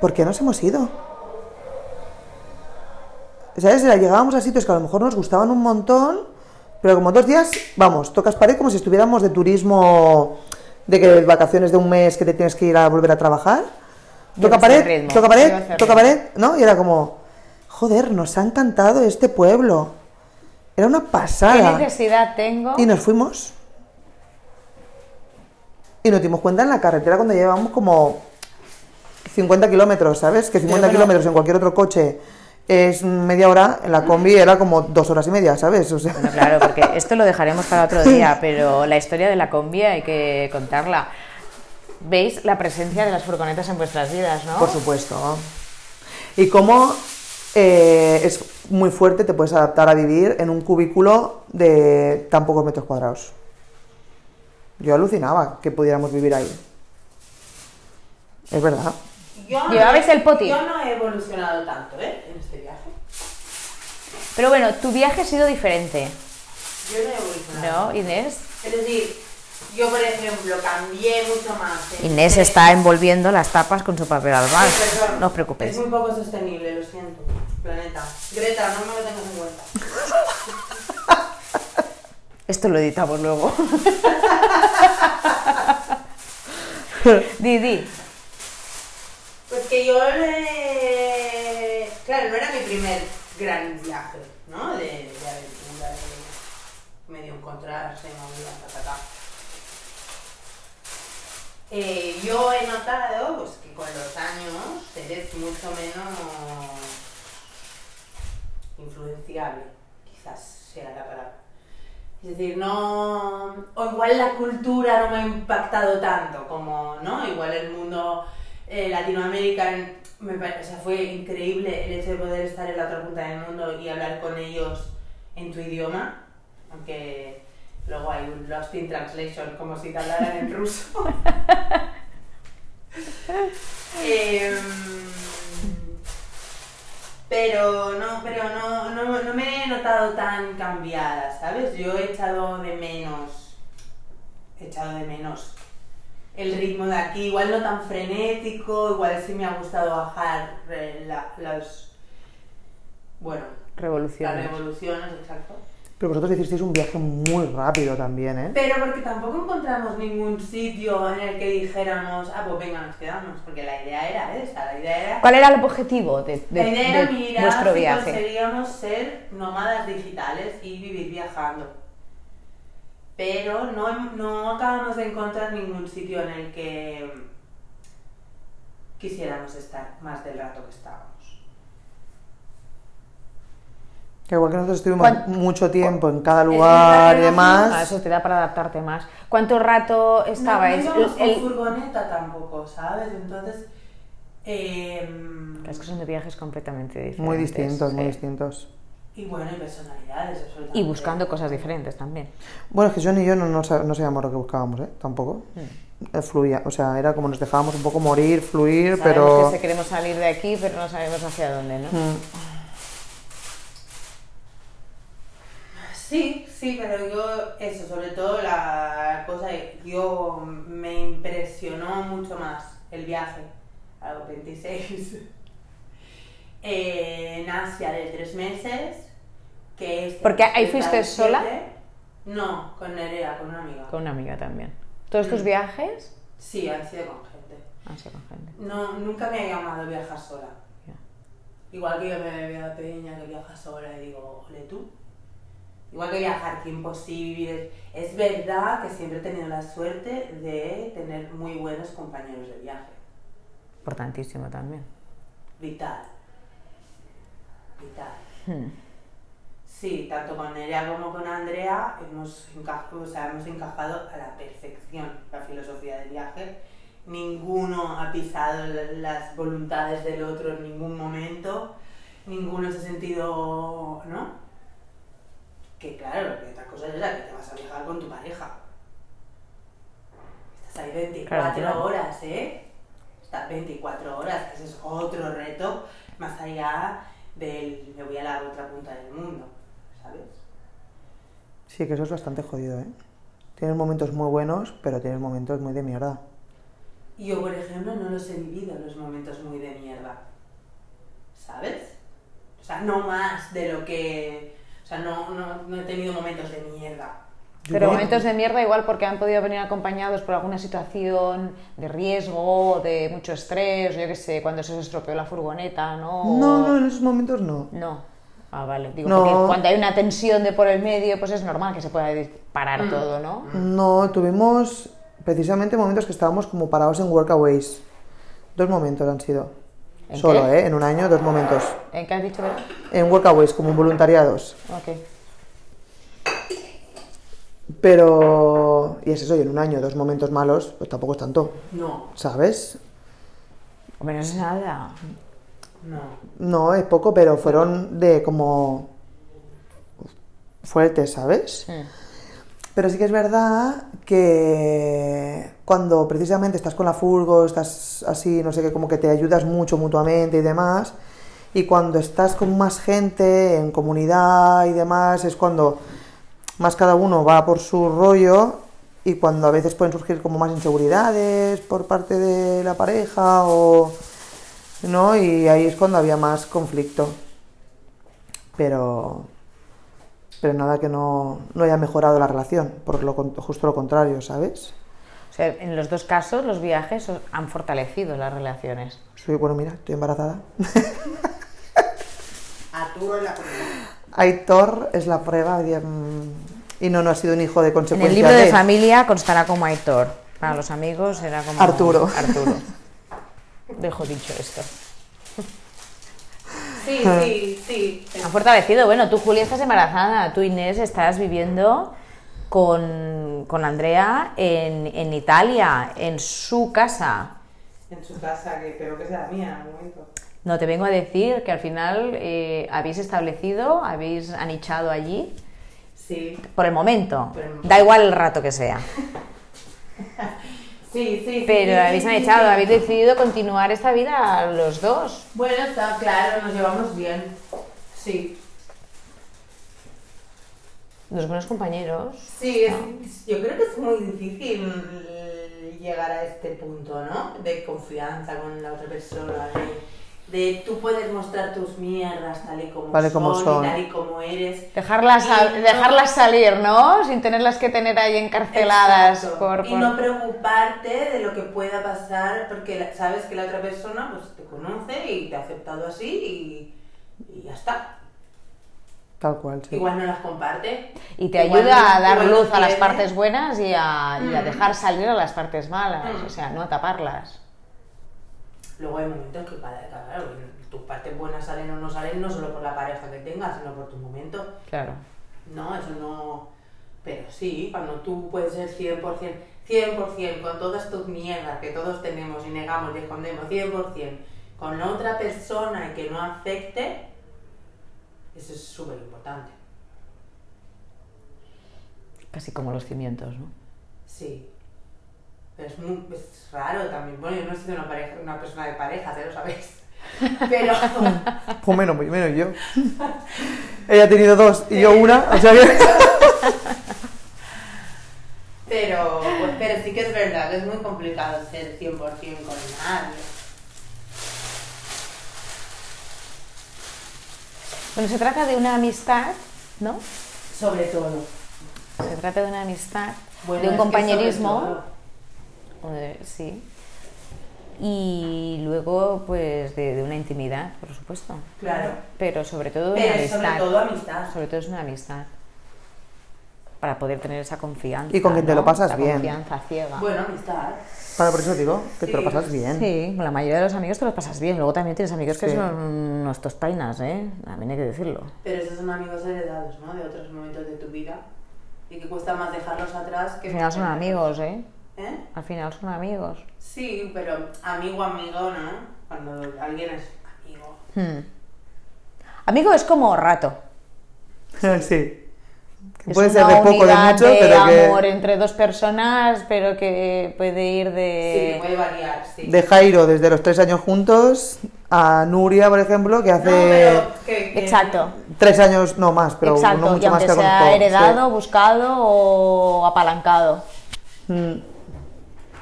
[SPEAKER 2] ¿por qué nos hemos ido? ¿sabes? Era, llegábamos a sitios que a lo mejor nos gustaban un montón, pero como dos días, vamos, tocas pared como si estuviéramos de turismo, de que vacaciones de un mes que te tienes que ir a volver a trabajar. Toca
[SPEAKER 1] Llevas el
[SPEAKER 2] pared,
[SPEAKER 1] ritmo, llevas
[SPEAKER 2] toca pared,
[SPEAKER 1] el
[SPEAKER 2] toca
[SPEAKER 1] ritmo.
[SPEAKER 2] pared, ¿no? Y era como, joder, nos ha encantado este pueblo. Era una
[SPEAKER 3] ¿Qué
[SPEAKER 2] pasada.
[SPEAKER 3] necesidad tengo?
[SPEAKER 2] Y nos fuimos. Y nos dimos cuenta en la carretera cuando llevábamos como 50 kilómetros, ¿sabes? Que 50
[SPEAKER 3] bueno.
[SPEAKER 2] kilómetros en cualquier otro coche es media hora, en la combi era como dos horas y media, ¿sabes? O sea,
[SPEAKER 1] Bueno, claro, porque esto lo dejaremos para otro día, pero la historia de la combi hay que contarla.
[SPEAKER 3] ¿Veis la presencia de las furgonetas en vuestras vidas, no?
[SPEAKER 2] por supuesto. Y cómo eh, es muy fuerte, te puedes adaptar a vivir en un cubículo de tan pocos metros cuadrados. Yo alucinaba que pudiéramos vivir ahí. Es verdad.
[SPEAKER 4] Yo no-
[SPEAKER 3] ¿Llevabais el poti?
[SPEAKER 4] Yo no he evolucionado tanto, ¿eh? En este viaje.
[SPEAKER 3] Pero bueno, tu viaje ha sido diferente,
[SPEAKER 4] Yo no he evolucionado.
[SPEAKER 3] ¿no, Inés?
[SPEAKER 4] Es decir, yo, por ejemplo, cambié mucho más. entre-
[SPEAKER 1] Inés está envolviendo las tapas con su papel albal.
[SPEAKER 4] Sí, perdón.
[SPEAKER 1] No os preocupéis.
[SPEAKER 4] Es muy poco sostenible, lo siento. Planeta. Greta, no me lo tengas en cuenta.
[SPEAKER 1] Esto lo editamos luego.
[SPEAKER 3] Didi,
[SPEAKER 4] Pues que yo le... Claro, no era mi primer gran viaje, ¿no? De, de aventura, de medio encontrarse, movida, ta, ta, ta. Eh, yo he notado pues, que con los años eres mucho menos influenciable, quizás sea la palabra. Es decir, no. O igual la cultura no me ha impactado tanto como, ¿no? Igual el mundo eh, latinoamericano. Me, pare- o sea, fue increíble el hecho de poder estar en la otra punta del mundo y hablar con ellos en tu idioma. Aunque luego hay un Lost in Translation, como si te hablaran en ruso. Em, pero no, pero no, no, no me he notado tan cambiada, ¿sabes? Yo he echado de menos. He echado de menos el ritmo de aquí, igual no tan frenético, igual sí me ha gustado bajar eh, la- las. Bueno, las
[SPEAKER 1] Revolución.
[SPEAKER 4] revoluciones, exacto.
[SPEAKER 2] Pero vosotros hicisteis un viaje muy rápido también, ¿eh?
[SPEAKER 4] Pero porque tampoco encontramos ningún sitio en el que dijéramos, ah, pues venga, nos quedamos, porque la idea era esa, la idea era
[SPEAKER 3] ¿cuál era el objetivo de, de-
[SPEAKER 4] La idea era
[SPEAKER 3] de
[SPEAKER 4] mirar
[SPEAKER 3] vuestro
[SPEAKER 4] si
[SPEAKER 3] viaje?
[SPEAKER 4] conseguíamos ser nómadas digitales y vivir viajando. Pero no, no acabamos de encontrar ningún sitio en el que quisiéramos estar más del rato que estábamos.
[SPEAKER 2] Que igual que nosotros estuvimos
[SPEAKER 3] ¿Cuán-
[SPEAKER 2] mucho tiempo en cada
[SPEAKER 4] una
[SPEAKER 2] lugar y
[SPEAKER 4] relación-
[SPEAKER 3] Ah,
[SPEAKER 2] demás.
[SPEAKER 3] eso te da para adaptarte más. ¿Cuánto rato estabais?
[SPEAKER 4] No, no íbamos
[SPEAKER 3] El- el-
[SPEAKER 4] con furgoneta tampoco, ¿sabes? Entonces... em,
[SPEAKER 1] Es que son de viajes completamente diferentes.
[SPEAKER 2] Muy distintos,
[SPEAKER 3] eh,
[SPEAKER 2] muy
[SPEAKER 1] sí.
[SPEAKER 2] distintos.
[SPEAKER 4] y bueno, y personalidades, absolutamente.
[SPEAKER 1] Y buscando cosas diferentes también.
[SPEAKER 2] Bueno, es que John y yo no, no, sa- no sabíamos lo que buscábamos, ¿eh? Tampoco. Eh, Fluía, o sea, era como nos dejábamos un poco morir, fluir,
[SPEAKER 3] Hmm. Sabemos
[SPEAKER 2] pero...
[SPEAKER 3] que se- queremos salir de aquí, pero no sabemos hacia dónde, ¿no?
[SPEAKER 2] Mm.
[SPEAKER 4] Sí, sí, pero yo, eso, sobre todo la cosa, de- yo me impresionó mucho más el viaje a los 26 eh, en Asia de tres meses. que es
[SPEAKER 3] Porque ahí fuiste
[SPEAKER 4] 37.
[SPEAKER 3] sola.
[SPEAKER 4] No, con Nerea, con una amiga.
[SPEAKER 3] Con una amiga también. ¿Todos tus viajes?
[SPEAKER 4] Sí, han sido con gente.
[SPEAKER 3] Ah, sí, con gente.
[SPEAKER 4] No, nunca me ha llamado viajar sola.
[SPEAKER 3] Ya.
[SPEAKER 4] Igual que yo me veo a peña que viaja sola y digo, ole tú. Igual que viajar, que imposible. Es verdad que siempre he tenido la suerte de tener muy buenos compañeros de viaje.
[SPEAKER 1] Importantísimo también.
[SPEAKER 4] Vital. Vital.
[SPEAKER 3] Hmm.
[SPEAKER 4] Sí, tanto con Nerea como con Andrea hemos, enca- o sea, hemos encajado a la perfección la filosofía del viaje. Ninguno ha pisado la- las voluntades del otro en ningún momento. Ninguno se ha sentido, ¿no? Que claro, que otra cosa es la que te vas a viajar con tu pareja. Estás ahí 24
[SPEAKER 1] Claro.
[SPEAKER 4] horas, ¿eh? Estás 24 horas, ese es otro reto más allá del me voy a la otra punta del mundo, ¿sabes?
[SPEAKER 2] Sí, que eso es bastante jodido, ¿eh? Tienes momentos muy buenos, pero tienes momentos muy de mierda.
[SPEAKER 4] Y yo, por ejemplo, no los he vivido los momentos muy de mierda, ¿sabes? Los sea, no más de lo que... O sea, no, no, no he tenido momentos de mierda.
[SPEAKER 2] Yo
[SPEAKER 3] Pero
[SPEAKER 2] creo-
[SPEAKER 3] momentos de mierda igual porque han podido venir acompañados por alguna situación de riesgo, de mucho estrés, yo qué sé, cuando se os estropeó la furgoneta, ¿no? O-
[SPEAKER 2] No, no, en esos momentos no.
[SPEAKER 3] No. Ah, vale. Digo,
[SPEAKER 2] No.
[SPEAKER 3] porque cuando hay una tensión de por el medio, pues es normal que se pueda disparar todo, ¿no?
[SPEAKER 2] No, tuvimos precisamente momentos que estábamos como parados en workaways. Dos momentos han sido.
[SPEAKER 3] ¿En
[SPEAKER 2] Solo,
[SPEAKER 3] qué?
[SPEAKER 2] ¿eh? En un año, dos momentos.
[SPEAKER 3] ¿En qué has dicho, verdad?
[SPEAKER 2] En workaways, como en voluntariados.
[SPEAKER 3] Ok.
[SPEAKER 2] Pero... Y es eso, y en un año, dos momentos malos, pues tampoco es tanto,
[SPEAKER 4] No,
[SPEAKER 2] ¿sabes?
[SPEAKER 3] Hombre, no es nada.
[SPEAKER 4] no.
[SPEAKER 2] No, es poco, pero fueron de como... fuertes, ¿sabes?
[SPEAKER 3] Sí.
[SPEAKER 2] Pero sí que es verdad que cuando precisamente estás con la furgo, estás así, no sé qué, como que te ayudas mucho mutuamente y demás, y cuando estás con más gente, en comunidad y demás, es cuando más cada uno va por su rollo y cuando a veces pueden surgir como más inseguridades por parte de la pareja o... ¿No? Y ahí es cuando había más conflicto. Pero... Pero nada que no, no haya mejorado la relación, por lo con- justo lo contrario, ¿sabes?
[SPEAKER 3] O sea, en los dos casos, los viajes os- han fortalecido las relaciones.
[SPEAKER 2] Soy, bueno, mira, estoy embarazada.
[SPEAKER 4] Arturo en la comunidad.
[SPEAKER 2] Aitor es la prueba de, mm, y no, no ha sido un hijo de
[SPEAKER 3] En
[SPEAKER 2] consecuencia.
[SPEAKER 3] el libro de
[SPEAKER 2] de-
[SPEAKER 3] familia constará como Aitor. Para los amigos era como
[SPEAKER 2] Arturo.
[SPEAKER 3] Arturo. Dejo dicho esto.
[SPEAKER 4] Sí, sí, sí.
[SPEAKER 3] Ha fortalecido. Bueno, tú, Julia, estás embarazada. Tú, Inés, estás viviendo con, con Andrea en, en Italia, en su casa.
[SPEAKER 4] En su casa, que espero que sea la mía en algún momento.
[SPEAKER 3] No, te vengo a decir que al final eh, habéis establecido, habéis anichado allí.
[SPEAKER 4] Sí,
[SPEAKER 3] Por el momento.
[SPEAKER 4] Por el momento.
[SPEAKER 3] Da igual el rato que sea.
[SPEAKER 4] sí, sí, sí. sí,
[SPEAKER 3] Pero habéis
[SPEAKER 4] sí,
[SPEAKER 3] anichado,
[SPEAKER 4] sí.
[SPEAKER 3] habéis decidido continuar esta vida los dos.
[SPEAKER 4] Bueno, está claro, nos llevamos bien. Sí.
[SPEAKER 3] Los buenos compañeros.
[SPEAKER 4] Sí, es- yo creo que es muy difícil llegar a este punto, ¿no? De confianza con la otra persona, de, de tú puedes mostrar tus mierdas tal y como,
[SPEAKER 2] Vale, como son.
[SPEAKER 4] y tal y como eres.
[SPEAKER 3] Dejarlas, sal-
[SPEAKER 4] Y no-
[SPEAKER 3] dejarlas salir, ¿no? Sin tenerlas que tener ahí encarceladas.
[SPEAKER 4] Exacto.
[SPEAKER 3] Por,
[SPEAKER 4] Y
[SPEAKER 3] por-
[SPEAKER 4] no preocuparte de lo que pueda pasar, porque la- sabes que la otra persona pues, te conoce y te ha aceptado así y, y ya está.
[SPEAKER 2] Tal cual, sí.
[SPEAKER 4] Igual no las comparte.
[SPEAKER 3] Y te
[SPEAKER 4] Igual
[SPEAKER 3] ayuda
[SPEAKER 4] no-
[SPEAKER 3] a dar
[SPEAKER 4] igual no
[SPEAKER 3] luz a las
[SPEAKER 4] tiene.
[SPEAKER 3] partes buenas y a, y a
[SPEAKER 4] Mm.
[SPEAKER 3] dejar salir a las partes malas.
[SPEAKER 4] Mm.
[SPEAKER 3] O sea, no a taparlas.
[SPEAKER 4] Luego hay momentos que, para- claro, tus partes buenas salen o no salen, no solo por la pareja que tengas, sino por tu momento.
[SPEAKER 3] Claro.
[SPEAKER 4] No, eso no. Pero sí, cuando tú puedes ser 100%, 100% con todas tus mierdas que todos tenemos y negamos y escondemos, 100% con la otra persona y que no afecte, eso es súper importante.
[SPEAKER 3] Casi como los cimientos, ¿no?
[SPEAKER 4] Sí. Pero es, muy, es raro también. Bueno, yo no he sido una, pareja, una persona de parejas, ya lo sabéis. Pero.
[SPEAKER 2] Pues menos, pues menos yo. Ella ha tenido dos y yo una, o sea que...
[SPEAKER 4] Pero, pues, pero sí que es verdad que es muy complicado ser 100% con nadie.
[SPEAKER 3] Bueno, se trata de una amistad, ¿no?
[SPEAKER 4] Sobre todo.
[SPEAKER 3] Se trata de una amistad,
[SPEAKER 4] Bueno,
[SPEAKER 3] de un
[SPEAKER 4] es que sobre
[SPEAKER 3] compañerismo.
[SPEAKER 4] todo.
[SPEAKER 3] Eh, sí. Y luego, pues, de, de una intimidad, por supuesto.
[SPEAKER 4] Claro.
[SPEAKER 3] Pero sobre todo de una
[SPEAKER 4] Pero
[SPEAKER 3] amistad.
[SPEAKER 4] sobre todo amistad.
[SPEAKER 3] Sobre todo es una amistad. Para poder tener esa confianza.
[SPEAKER 2] Y con quien te
[SPEAKER 3] ¿no?
[SPEAKER 2] lo pasas
[SPEAKER 3] Esa
[SPEAKER 2] bien.
[SPEAKER 3] confianza ciega.
[SPEAKER 4] Bueno, amistad.
[SPEAKER 2] Para por eso digo, que te lo
[SPEAKER 4] Sí.
[SPEAKER 2] pasas bien.
[SPEAKER 3] Sí, con la mayoría de los amigos te los pasas bien. Luego también tienes amigos que
[SPEAKER 2] Sí.
[SPEAKER 3] son unos tostainas, ¿eh? También hay que decirlo.
[SPEAKER 4] Pero esos son amigos heredados, ¿no? De otros momentos de tu vida. Y que cuesta más dejarlos atrás que...
[SPEAKER 3] Al final son amigos, ¿eh?
[SPEAKER 4] ¿Eh?
[SPEAKER 3] Al final son amigos.
[SPEAKER 4] Sí, pero amigo, amigo, ¿no? Cuando alguien es amigo.
[SPEAKER 3] Hmm. Amigo es como rato.
[SPEAKER 2] Sí. Que
[SPEAKER 3] Es
[SPEAKER 2] puede ser de
[SPEAKER 3] una
[SPEAKER 2] poco, de
[SPEAKER 3] unidad
[SPEAKER 2] mucho,
[SPEAKER 3] de
[SPEAKER 2] pero
[SPEAKER 3] amor
[SPEAKER 2] que...
[SPEAKER 3] entre dos personas, pero que puede ir
[SPEAKER 4] Sí,
[SPEAKER 3] de...
[SPEAKER 4] puede variar, sí.
[SPEAKER 2] De Jairo, desde los tres años juntos, a Nuria, por ejemplo, que
[SPEAKER 4] No,
[SPEAKER 2] hace...
[SPEAKER 4] pero que- que-
[SPEAKER 3] Exacto.
[SPEAKER 2] Tres años, no más, pero
[SPEAKER 3] Exacto,
[SPEAKER 2] no
[SPEAKER 3] y
[SPEAKER 2] mucho más
[SPEAKER 3] aunque
[SPEAKER 2] que con
[SPEAKER 3] sea
[SPEAKER 2] todo, sí.
[SPEAKER 3] heredado, buscado o apalancado.
[SPEAKER 2] Mm,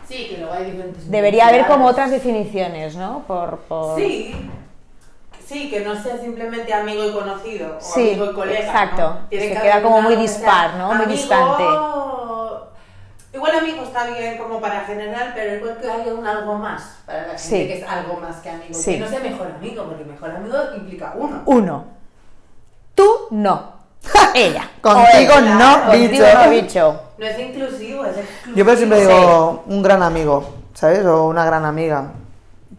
[SPEAKER 4] Sí, que luego hay diferentes...
[SPEAKER 3] Debería haber como
[SPEAKER 4] identidades.
[SPEAKER 3] otras definiciones, ¿no? Por, por-
[SPEAKER 4] Sí. Sí, que no sea simplemente amigo y conocido o
[SPEAKER 3] Sí,
[SPEAKER 4] amigo y colega.
[SPEAKER 3] exacto.
[SPEAKER 4] ¿no? Tiene
[SPEAKER 3] Se
[SPEAKER 4] que
[SPEAKER 3] queda
[SPEAKER 4] haber
[SPEAKER 3] como
[SPEAKER 4] un
[SPEAKER 3] muy
[SPEAKER 4] lado que
[SPEAKER 3] dispar,
[SPEAKER 4] sea
[SPEAKER 3] ¿no? Muy
[SPEAKER 4] amigo-
[SPEAKER 3] distante.
[SPEAKER 4] Igual amigo está bien como para general, pero igual que haya un algo más para la gente
[SPEAKER 3] Sí.
[SPEAKER 4] que es algo más que amigo.
[SPEAKER 3] Sí.
[SPEAKER 4] Que no sea mejor amigo, porque mejor amigo implica uno.
[SPEAKER 3] Uno. Tú no. Ella.
[SPEAKER 2] Contigo
[SPEAKER 3] O
[SPEAKER 2] no,
[SPEAKER 3] Contigo
[SPEAKER 2] bicho.
[SPEAKER 3] no, bicho.
[SPEAKER 4] No es inclusivo, es exclusivo.
[SPEAKER 2] Yo pero siempre digo un gran amigo, ¿sabes? O una gran amiga.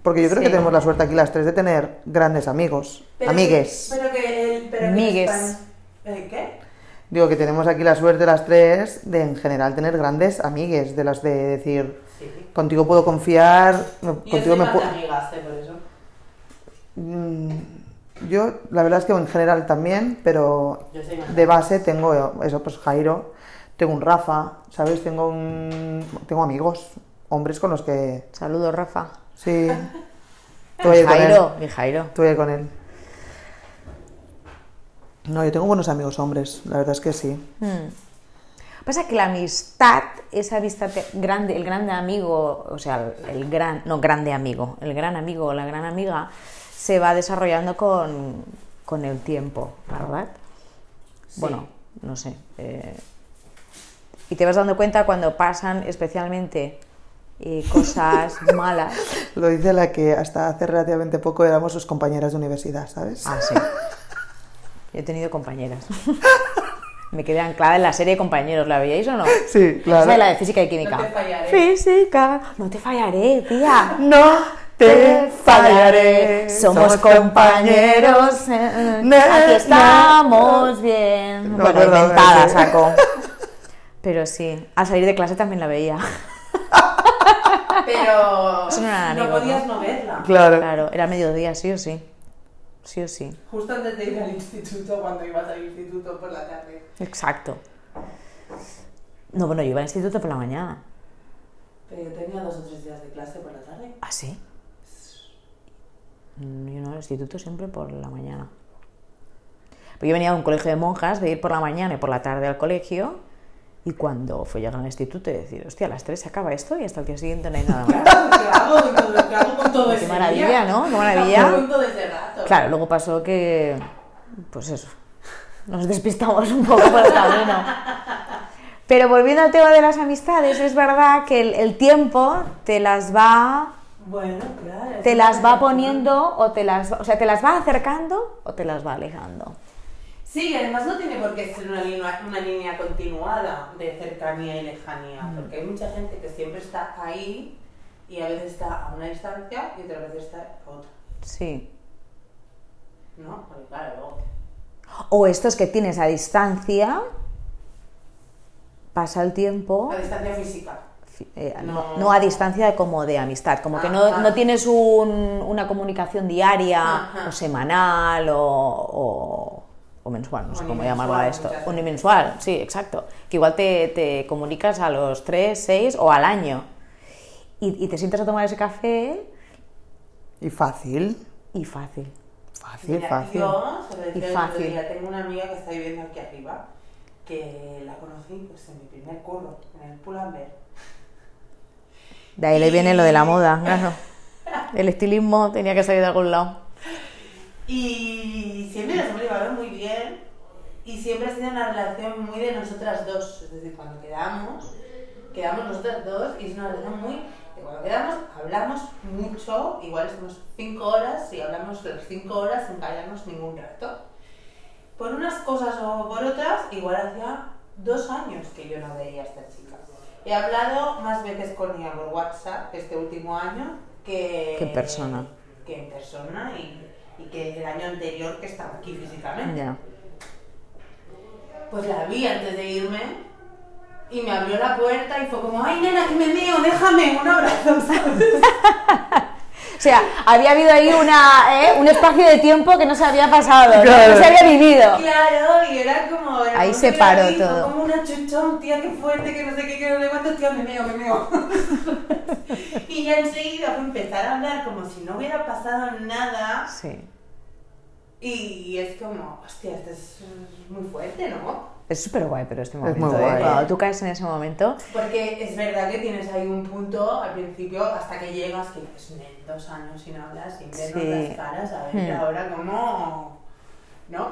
[SPEAKER 2] Porque yo creo
[SPEAKER 3] Sí.
[SPEAKER 2] que tenemos la suerte aquí las tres de tener grandes amigos,
[SPEAKER 4] Pero
[SPEAKER 2] amigues.
[SPEAKER 4] que- Pero que el. Pero que
[SPEAKER 3] Migues.
[SPEAKER 4] están- ¿Eh, ¿Qué?
[SPEAKER 2] Digo que tenemos aquí la suerte las tres de en general tener grandes amigues, de las de decir,
[SPEAKER 4] Sí.
[SPEAKER 2] contigo puedo confiar, me-
[SPEAKER 4] Yo
[SPEAKER 2] contigo
[SPEAKER 4] soy
[SPEAKER 2] me
[SPEAKER 4] más
[SPEAKER 2] puedo...
[SPEAKER 4] de amigas, eh, por eso.
[SPEAKER 2] Mm, Yo la verdad es que en general también, pero
[SPEAKER 4] Yo soy más
[SPEAKER 2] de base tengo eso, pues Jairo, tengo un Rafa, ¿sabes? Tengo un... tengo amigos, hombres con los que...
[SPEAKER 3] Saludos, Rafa.
[SPEAKER 2] Sí. Estoy
[SPEAKER 3] Pues
[SPEAKER 2] ahí con él.
[SPEAKER 3] Jairo, mi Jairo.
[SPEAKER 2] Estuve con él. No, yo tengo buenos amigos hombres, la verdad es que sí.
[SPEAKER 3] Hmm. Pasa que la amistad, esa amistad de- grande, el grande amigo, o sea, el, el gran, no grande amigo, el gran amigo o la gran amiga, se va desarrollando con, con el tiempo, ¿verdad? Bueno, no sé. eh, y te vas dando cuenta cuando pasan especialmente eh, cosas malas.
[SPEAKER 2] Lo dice la que hasta hace relativamente poco éramos sus compañeras de universidad, ¿sabes?
[SPEAKER 3] Ah, sí. Yo he tenido compañeras. Me quedé anclada en la serie de compañeros, ¿la veíais o no?
[SPEAKER 2] Sí, claro.
[SPEAKER 3] Esa es la de física y química.
[SPEAKER 4] No te fallaré.
[SPEAKER 3] Física, no te fallaré, tía.
[SPEAKER 2] No te fallaré.
[SPEAKER 3] Somos compañeros. eh,
[SPEAKER 2] Ne-
[SPEAKER 3] Aquí estamos bien.
[SPEAKER 2] No,
[SPEAKER 3] bueno,
[SPEAKER 2] perdón,
[SPEAKER 3] inventada,
[SPEAKER 2] sí.
[SPEAKER 3] saco. Pero sí, al salir de clase también la veía.
[SPEAKER 4] Pero
[SPEAKER 3] Eso no era
[SPEAKER 4] no
[SPEAKER 3] amigo, ¿no?
[SPEAKER 4] podías no verla.
[SPEAKER 2] Claro.
[SPEAKER 3] Claro, era mediodía, sí o sí. Sí o sí.
[SPEAKER 4] Justo antes de ir al instituto, cuando ibas al instituto por la tarde.
[SPEAKER 3] Exacto. No, bueno, yo iba al instituto por la mañana.
[SPEAKER 4] Pero yo tenía dos o tres días de clase por la tarde.
[SPEAKER 3] ¿Ah, sí? Mm, Yo no, al instituto siempre por la mañana. Pero yo venía de un colegio de monjas, de ir por la mañana y por la tarde al colegio, y cuando fue llegar al instituto y decir, hostia, a las 3 se acaba esto y hasta el día siguiente no hay nada más.
[SPEAKER 4] Claro, ¿qué hago? ¿Qué hago con todo
[SPEAKER 3] Qué
[SPEAKER 4] ese
[SPEAKER 3] maravilla,
[SPEAKER 4] día?
[SPEAKER 3] ¿no? Qué maravilla.
[SPEAKER 4] hago con todo ese rato?
[SPEAKER 3] Claro, luego pasó que, pues eso, nos despistamos un poco por el camino. Pero volviendo al tema de las amistades, es verdad que el- el tiempo te las va
[SPEAKER 4] Bueno, claro.
[SPEAKER 3] te las va poniendo o te las, o sea, te las va acercando o te las va alejando.
[SPEAKER 4] Sí, y además no tiene por qué ser una línea, una línea continuada de cercanía y lejanía,
[SPEAKER 3] Mm.
[SPEAKER 4] porque hay mucha gente que siempre está ahí y a veces está a una distancia y otra vez está a otra,
[SPEAKER 3] Sí.
[SPEAKER 4] ¿no? Porque claro, luego...
[SPEAKER 3] O estos que tienes a distancia, pasa el tiempo,
[SPEAKER 4] La distancia física.
[SPEAKER 3] fi- eh, no.
[SPEAKER 4] No.
[SPEAKER 3] no a distancia como de amistad, como que
[SPEAKER 4] Ah,
[SPEAKER 3] no,
[SPEAKER 4] ah.
[SPEAKER 3] no tienes un- una comunicación diaria
[SPEAKER 4] Ajá.
[SPEAKER 3] o semanal o, o- o mensual, no sé cómo
[SPEAKER 4] Unimensual,
[SPEAKER 3] llamarlo a esto.
[SPEAKER 4] muchas veces.
[SPEAKER 3] Unimensual, sí, exacto. Que igual te, te comunicas a los 3, 6 o al año. Y- y te sientas a tomar ese café
[SPEAKER 2] Y fácil.
[SPEAKER 3] y fácil.
[SPEAKER 2] Fácil,
[SPEAKER 4] Mira,
[SPEAKER 2] fácil.
[SPEAKER 4] Yo, se lo decía
[SPEAKER 3] Y
[SPEAKER 4] el otro
[SPEAKER 3] fácil.
[SPEAKER 4] día, tengo una amiga que está viviendo aquí arriba, que la conocí pues, en mi primer curro, en el Pull&Bear.
[SPEAKER 3] De ahí le viene lo de la moda, claro. El estilismo tenía que salir de algún lado.
[SPEAKER 4] Y siempre nos hemos llevado muy bien y siempre ha sido una relación muy de nosotras dos. Es decir, cuando quedamos, quedamos nosotras dos y es una relación muy... de Cuando quedamos, hablamos mucho, igual estamos cinco horas y hablamos las cinco horas sin callarnos ningún rato. Por unas cosas o por otras, igual hacía dos años que yo no veía a esta chica. He hablado más veces con ella por WhatsApp este último año que...
[SPEAKER 3] Que en persona.
[SPEAKER 4] Que en persona y, y que el año anterior que estaba aquí físicamente.
[SPEAKER 3] Ya.
[SPEAKER 4] Pues la vi antes de irme y me abrió la puerta y fue como, ay nena, que me meo, déjame un abrazo, ¿sabes?
[SPEAKER 3] O sea, había habido ahí una, ¿eh? un espacio de tiempo que no se había pasado, ¿no?
[SPEAKER 2] Claro.
[SPEAKER 3] no se había vivido.
[SPEAKER 4] claro, y era como... era
[SPEAKER 3] Ahí
[SPEAKER 4] como
[SPEAKER 3] se
[SPEAKER 4] que
[SPEAKER 3] paró
[SPEAKER 4] la vi, fue
[SPEAKER 3] todo.
[SPEAKER 4] Como una chuchón, tía, qué fuerte, que no sé qué, que no le cuento, tía, me meo, me meo. y ya enseguida fue empezar a hablar como si no hubiera pasado nada.
[SPEAKER 3] Sí.
[SPEAKER 4] Y es como, hostia, esto es mm, muy fuerte, ¿no?
[SPEAKER 1] Es súper guay, pero este
[SPEAKER 2] muy
[SPEAKER 1] momento, ¿eh?
[SPEAKER 2] guay.
[SPEAKER 1] cuando tú caes en ese momento,
[SPEAKER 4] Porque es verdad que tienes ahí un punto al principio hasta que llegas que pues "Nen, dos años sin hablar, sin vernos
[SPEAKER 1] Sí.
[SPEAKER 4] las caras, a ver
[SPEAKER 1] Hmm.
[SPEAKER 4] ahora cómo, ¿no?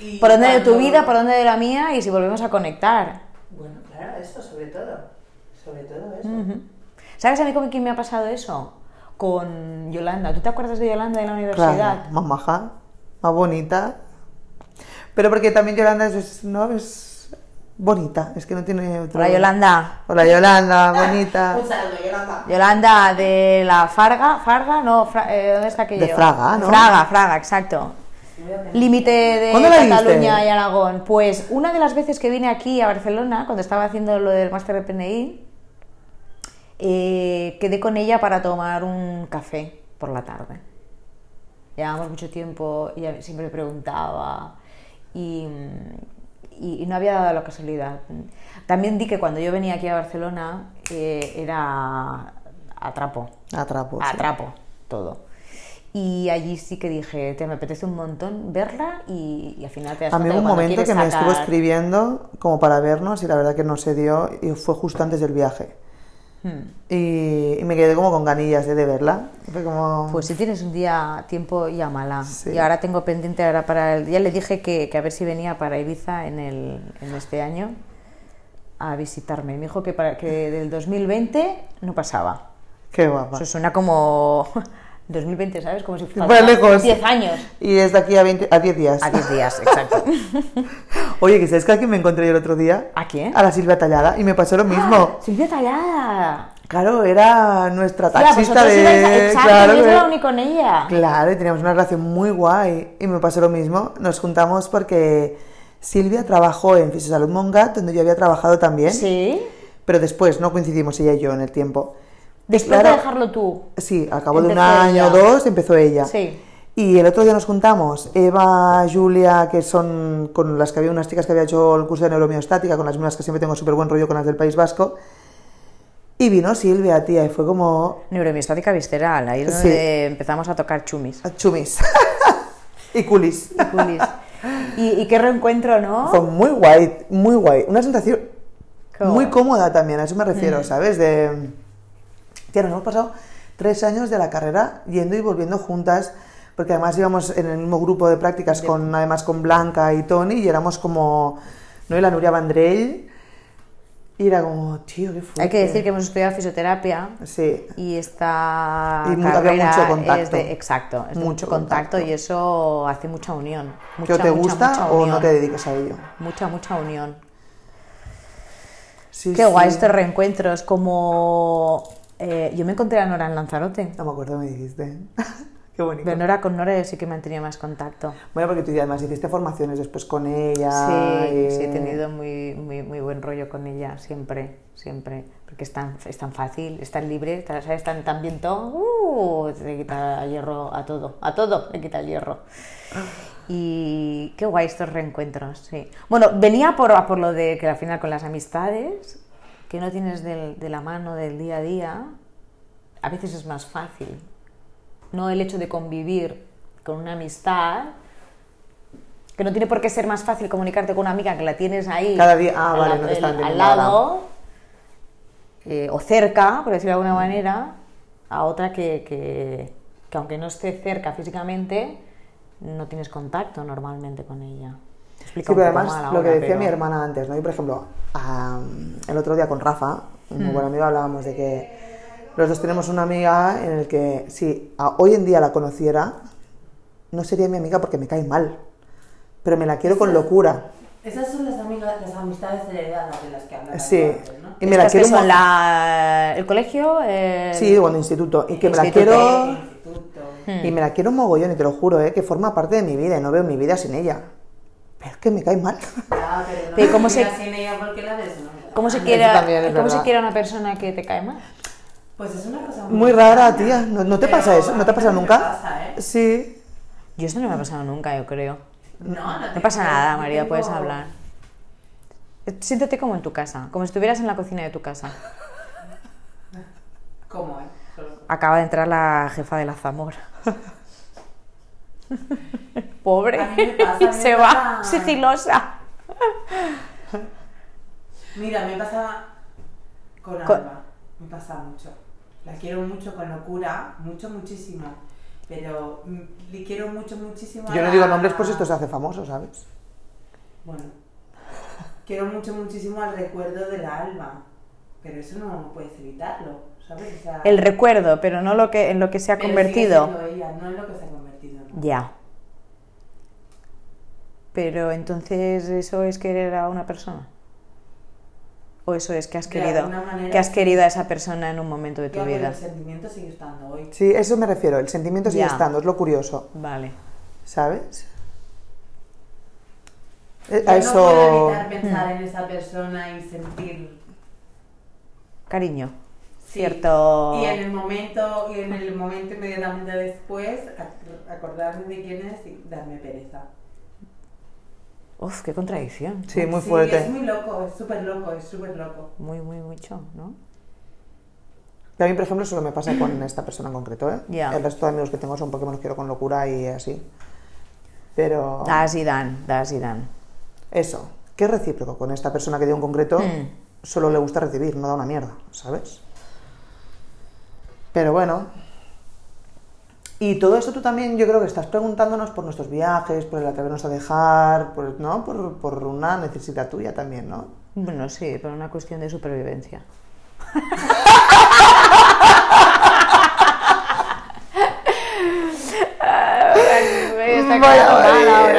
[SPEAKER 4] Y
[SPEAKER 3] ¿Por dónde de tu
[SPEAKER 4] cuando-
[SPEAKER 3] vida, por dónde de la mía y si volvemos a conectar?
[SPEAKER 4] Bueno, claro, eso sobre todo, sobre todo eso.
[SPEAKER 3] Ujú. ¿Sabes a mí con quién me ha pasado eso? Con Yolanda. ¿Tú te acuerdas de Yolanda de la universidad?
[SPEAKER 2] Claro, más maja, más bonita. Pero porque también Yolanda es, no, es bonita, es que no tiene otro...
[SPEAKER 3] Hola Yolanda.
[SPEAKER 2] Hola Yolanda, bonita.
[SPEAKER 4] Ah, Un saludo, Yolanda.
[SPEAKER 3] Yolanda de la Farga, Farga, no, Fra- eh, ¿dónde está aquello?
[SPEAKER 2] De Fraga, ¿no?
[SPEAKER 3] Fraga, Fraga, exacto. Límite de
[SPEAKER 2] ¿Cuándo la viste?
[SPEAKER 3] Cataluña y Aragón. Pues una de las veces que vine aquí a Barcelona, cuando estaba haciendo lo del máster de PNI, eh, quedé con ella para tomar un café por la tarde. Llevábamos mucho tiempo, ella siempre preguntaba y, y- y no había dado la casualidad. También di que cuando yo venía aquí a Barcelona eh, era a trapo
[SPEAKER 2] Atrapo.
[SPEAKER 3] Ah,
[SPEAKER 2] sí.
[SPEAKER 3] atrapo todo. Y allí sí que dije, te me apetece un montón verla y, y al final te das
[SPEAKER 2] A mí
[SPEAKER 3] cuenta
[SPEAKER 2] hubo un
[SPEAKER 3] que cuando
[SPEAKER 2] momento que
[SPEAKER 3] quieres
[SPEAKER 2] me estuvo
[SPEAKER 3] sacar-
[SPEAKER 2] escribiendo como para vernos y la verdad que no se dio y fue justo antes del viaje.
[SPEAKER 3] Hmm.
[SPEAKER 2] Y, y me quedé como con ganillas ¿eh? de, de verla. Fue como...
[SPEAKER 3] Pues si tienes un día tiempo, llámala.
[SPEAKER 2] Sí.
[SPEAKER 3] Y ahora tengo pendiente ahora para el... Ya le dije que, que a ver si venía para Ibiza en, el, en este año a visitarme. Me dijo que, para, que del 2020 no pasaba.
[SPEAKER 2] Qué guapa.
[SPEAKER 3] Eso suena como 2020, ¿sabes? Como si
[SPEAKER 2] Fue
[SPEAKER 3] faltaran
[SPEAKER 2] lejos.
[SPEAKER 3] 10 años.
[SPEAKER 2] Y es de pues. aquí a, 20 a 10 días.
[SPEAKER 3] A 10 días, exacto.
[SPEAKER 2] Oye, que sabes que aquí me encontré yo el otro día
[SPEAKER 3] ¿A quién?
[SPEAKER 2] a la Silvia Tallada y me pasó lo mismo.
[SPEAKER 3] Silvia Tallada.
[SPEAKER 2] Claro, era nuestra
[SPEAKER 3] Claro,
[SPEAKER 2] taxista
[SPEAKER 3] vosotros
[SPEAKER 2] de...
[SPEAKER 3] erais- Exacto,
[SPEAKER 2] claro,
[SPEAKER 3] yo
[SPEAKER 2] que-
[SPEAKER 3] era la única con ella.
[SPEAKER 2] Claro, y teníamos una relación muy guay. Y me pasó lo mismo. Nos juntamos porque Silvia trabajó en Fisiosalud Mongat, donde yo había trabajado también.
[SPEAKER 3] Sí.
[SPEAKER 2] Pero después no coincidimos ella y yo en el tiempo.
[SPEAKER 3] Después
[SPEAKER 2] Claro,
[SPEAKER 3] de dejarlo tú.
[SPEAKER 2] Sí, al cabo de un
[SPEAKER 3] empezó
[SPEAKER 2] año o
[SPEAKER 3] ella.
[SPEAKER 2] dos empezó ella.
[SPEAKER 3] Sí.
[SPEAKER 2] Y el otro día nos juntamos, Eva, Julia, que son con las que había unas chicas que había hecho el curso de neuromiostática, con las mismas que siempre tengo súper buen rollo con las del País Vasco. Y vino Silvia, tía, y fue como
[SPEAKER 3] Neuromiostática visceral, ahí es
[SPEAKER 2] Sí.
[SPEAKER 3] donde empezamos a tocar chumis.
[SPEAKER 2] chumis y culis.
[SPEAKER 3] y culis. Y, y qué reencuentro, ¿no?
[SPEAKER 2] Fue muy guay, muy guay. Una sensación
[SPEAKER 3] Qué
[SPEAKER 2] muy
[SPEAKER 3] guay. Mm.
[SPEAKER 2] cómoda también, a eso me refiero, ¿sabes? De... Tía, nos hemos pasado tres años de la carrera yendo y volviendo juntas, porque además íbamos en el mismo grupo de prácticas, con, además con Blanca y Tony, y éramos como, ¿no? Y la Nuria Vandrell, y era como, tío, qué fuerte.
[SPEAKER 3] Hay que decir que hemos estudiado fisioterapia
[SPEAKER 2] Sí,
[SPEAKER 3] y esta
[SPEAKER 2] Y mu- había
[SPEAKER 3] carrera
[SPEAKER 2] mucho contacto.
[SPEAKER 3] es de exacto, es de
[SPEAKER 2] Mucho
[SPEAKER 3] mucho, contacto,
[SPEAKER 2] contacto.
[SPEAKER 3] y eso hace mucha unión.
[SPEAKER 2] que
[SPEAKER 3] Mucha,
[SPEAKER 2] o te
[SPEAKER 3] mucha,
[SPEAKER 2] gusta
[SPEAKER 3] mucha
[SPEAKER 2] o
[SPEAKER 3] unión.
[SPEAKER 2] no te dediques a ello.
[SPEAKER 3] Mucha, mucha unión.
[SPEAKER 2] Sí,
[SPEAKER 3] Qué guay este
[SPEAKER 2] sí.
[SPEAKER 3] estos reencuentros, como eh, yo me encontré a Nora en Lanzarote.
[SPEAKER 2] No me acuerdo, me dijiste. qué bonito.
[SPEAKER 3] Pero Nora con Nora sí que me han tenido más contacto.
[SPEAKER 2] Bueno, porque tú ya además hiciste formaciones después con ella. eh,
[SPEAKER 3] Sí,
[SPEAKER 2] y-
[SPEAKER 3] sí, he tenido muy, muy, muy buen rollo con ella, siempre, siempre. Porque es tan, es tan fácil, es tan libre, ta- ¿sabes? Tan, tan bien todo. ¡Uh! te quita el hierro a todo, a todo le quita el hierro. Y qué guay estos reencuentros, sí. Bueno, venía por, a por lo de que al final con las amistades, que no tienes del- de la mano del día a día, a veces es más fácil. No el hecho de convivir con una amistad, que no tiene por qué ser más fácil comunicarte con una amiga que la tienes ahí
[SPEAKER 2] Cada día- ah,
[SPEAKER 3] al,
[SPEAKER 2] vale,
[SPEAKER 3] lado-
[SPEAKER 2] no te están
[SPEAKER 3] el-
[SPEAKER 2] viendo
[SPEAKER 3] al
[SPEAKER 2] nada.
[SPEAKER 3] lado eh, o cerca, por decirlo de alguna manera, a otra que, que- que aunque no esté cerca físicamente, no tienes contacto normalmente con ella.
[SPEAKER 2] Sí,
[SPEAKER 3] Explica un
[SPEAKER 2] pero
[SPEAKER 3] poco
[SPEAKER 2] además,
[SPEAKER 3] mal
[SPEAKER 2] lo que
[SPEAKER 3] ahora,
[SPEAKER 2] decía
[SPEAKER 3] pero-
[SPEAKER 2] mi hermana antes, ¿no? Yo, por ejemplo, am, el otro día con Rafa, un
[SPEAKER 3] Mm.
[SPEAKER 2] muy buen amigo, hablábamos de que los dos tenemos una amiga en el que, si a- hoy en día la conociera, no sería mi amiga porque me cae mal, pero me la quiero con locura.
[SPEAKER 4] Esas son las amigas, las amistades heredadas de las que hablaba
[SPEAKER 2] Sí.
[SPEAKER 4] antes, ¿no?
[SPEAKER 2] Y me la
[SPEAKER 3] Estas que
[SPEAKER 2] quiero...
[SPEAKER 3] son
[SPEAKER 2] mo-
[SPEAKER 3] la- el colegio, el-
[SPEAKER 2] Sí, bueno, instituto. Y que me la
[SPEAKER 3] Instituto. Mm.
[SPEAKER 2] quiero...
[SPEAKER 4] Instituto.
[SPEAKER 3] Hmm.
[SPEAKER 2] Y me la quiero mogollón, y te lo juro, ¿eh? Que forma parte de mi vida y no veo mi vida sin ella. Pero es que me cae mal.
[SPEAKER 4] Ah, pero no
[SPEAKER 3] Pero ¿cómo
[SPEAKER 4] me
[SPEAKER 3] se-
[SPEAKER 4] digas sin ella porque la desnuda.
[SPEAKER 3] ¿Cómo se
[SPEAKER 2] Eso
[SPEAKER 3] quiere,
[SPEAKER 2] también es
[SPEAKER 3] cómo se
[SPEAKER 2] verdad.
[SPEAKER 3] quiere a una persona que te cae mal?
[SPEAKER 4] Pues es una cosa
[SPEAKER 2] Muy rara, tía. ¿No, no te
[SPEAKER 4] Pero
[SPEAKER 2] pasa eso?
[SPEAKER 4] a
[SPEAKER 2] ¿No te ha
[SPEAKER 4] mí
[SPEAKER 2] pasado
[SPEAKER 4] también
[SPEAKER 2] nunca?
[SPEAKER 4] me pasa, ¿eh?
[SPEAKER 2] Sí.
[SPEAKER 3] Yo esto no me ha pasado nunca, yo creo.
[SPEAKER 4] No, no,
[SPEAKER 3] No
[SPEAKER 4] te-
[SPEAKER 3] pasa nada,
[SPEAKER 4] no
[SPEAKER 3] María,
[SPEAKER 4] tengo-
[SPEAKER 3] puedes hablar. Siéntete como en tu casa, como si estuvieras en la cocina de tu casa.
[SPEAKER 4] ¿Cómo, eh? Solo-
[SPEAKER 3] Acaba de entrar la jefa de la Zamora. Pobre.
[SPEAKER 4] A mí me pasa, a mí me
[SPEAKER 3] se va
[SPEAKER 4] pasa.
[SPEAKER 3] sigilosa.
[SPEAKER 4] Mira, me pasa con
[SPEAKER 3] Con-
[SPEAKER 4] Alba, me pasa mucho. La quiero mucho con locura, mucho, muchísimo. Pero mm, le quiero mucho, muchísimo. a
[SPEAKER 2] Yo no
[SPEAKER 4] la-
[SPEAKER 2] digo nombres por si esto se hace famoso, ¿sabes?
[SPEAKER 4] Bueno, quiero mucho, muchísimo al recuerdo de la Alba. Pero eso no puedes evitarlo, ¿sabes? O sea,
[SPEAKER 3] El recuerdo, pero no lo que, en lo que se ha
[SPEAKER 4] pero sigue
[SPEAKER 3] convertido.
[SPEAKER 4] siendo ella, no es lo que se ha convertido. ¿no?
[SPEAKER 3] Ya. Pero entonces eso es querer a una persona. O eso es que has
[SPEAKER 4] De
[SPEAKER 3] querido,
[SPEAKER 4] alguna manera
[SPEAKER 3] que has
[SPEAKER 4] sí.
[SPEAKER 3] querido a esa persona en un momento de
[SPEAKER 4] Ya,
[SPEAKER 3] tu
[SPEAKER 4] pero
[SPEAKER 3] vida.
[SPEAKER 4] el sentimiento sigue estando hoy.
[SPEAKER 2] Sí, eso me refiero, el sentimiento sigue
[SPEAKER 3] Ya.
[SPEAKER 2] estando, es lo curioso,
[SPEAKER 3] Vale.
[SPEAKER 2] ¿sabes? Eh,
[SPEAKER 4] Yo
[SPEAKER 2] A
[SPEAKER 4] No
[SPEAKER 2] eso...
[SPEAKER 4] puedo evitar pensar en esa persona y sentir
[SPEAKER 3] Cariño.
[SPEAKER 4] Sí,
[SPEAKER 3] Cierto.
[SPEAKER 4] Y en el momento, y en el momento inmediatamente después, ac- acordarme de quién es y darme pereza.
[SPEAKER 3] Uf, qué contradicción.
[SPEAKER 2] Sí, muy
[SPEAKER 4] Sí,
[SPEAKER 2] fuerte.
[SPEAKER 4] es muy loco, es súper loco, es súper loco.
[SPEAKER 3] Muy, muy, mucho, ¿no?
[SPEAKER 2] A mí, por ejemplo, solo me pasa con esta persona en concreto, ¿eh?
[SPEAKER 3] Ya.
[SPEAKER 2] El resto de amigos que tengo son Pokémon los quiero con locura y así. Pero...
[SPEAKER 3] Das y dan, das y dan.
[SPEAKER 2] Eso, que es recíproco con esta persona que dio en concreto,
[SPEAKER 3] Mm.
[SPEAKER 2] solo le gusta recibir, no da una mierda, ¿sabes? Pero bueno. Y todo eso tú también, yo creo que estás preguntándonos por nuestros viajes, por el atrevernos a dejar, por, ¿no? Por, por una necesidad tuya también, ¿no?
[SPEAKER 3] Bueno, sí, pero una cuestión de supervivencia. Está quedando mal ahora,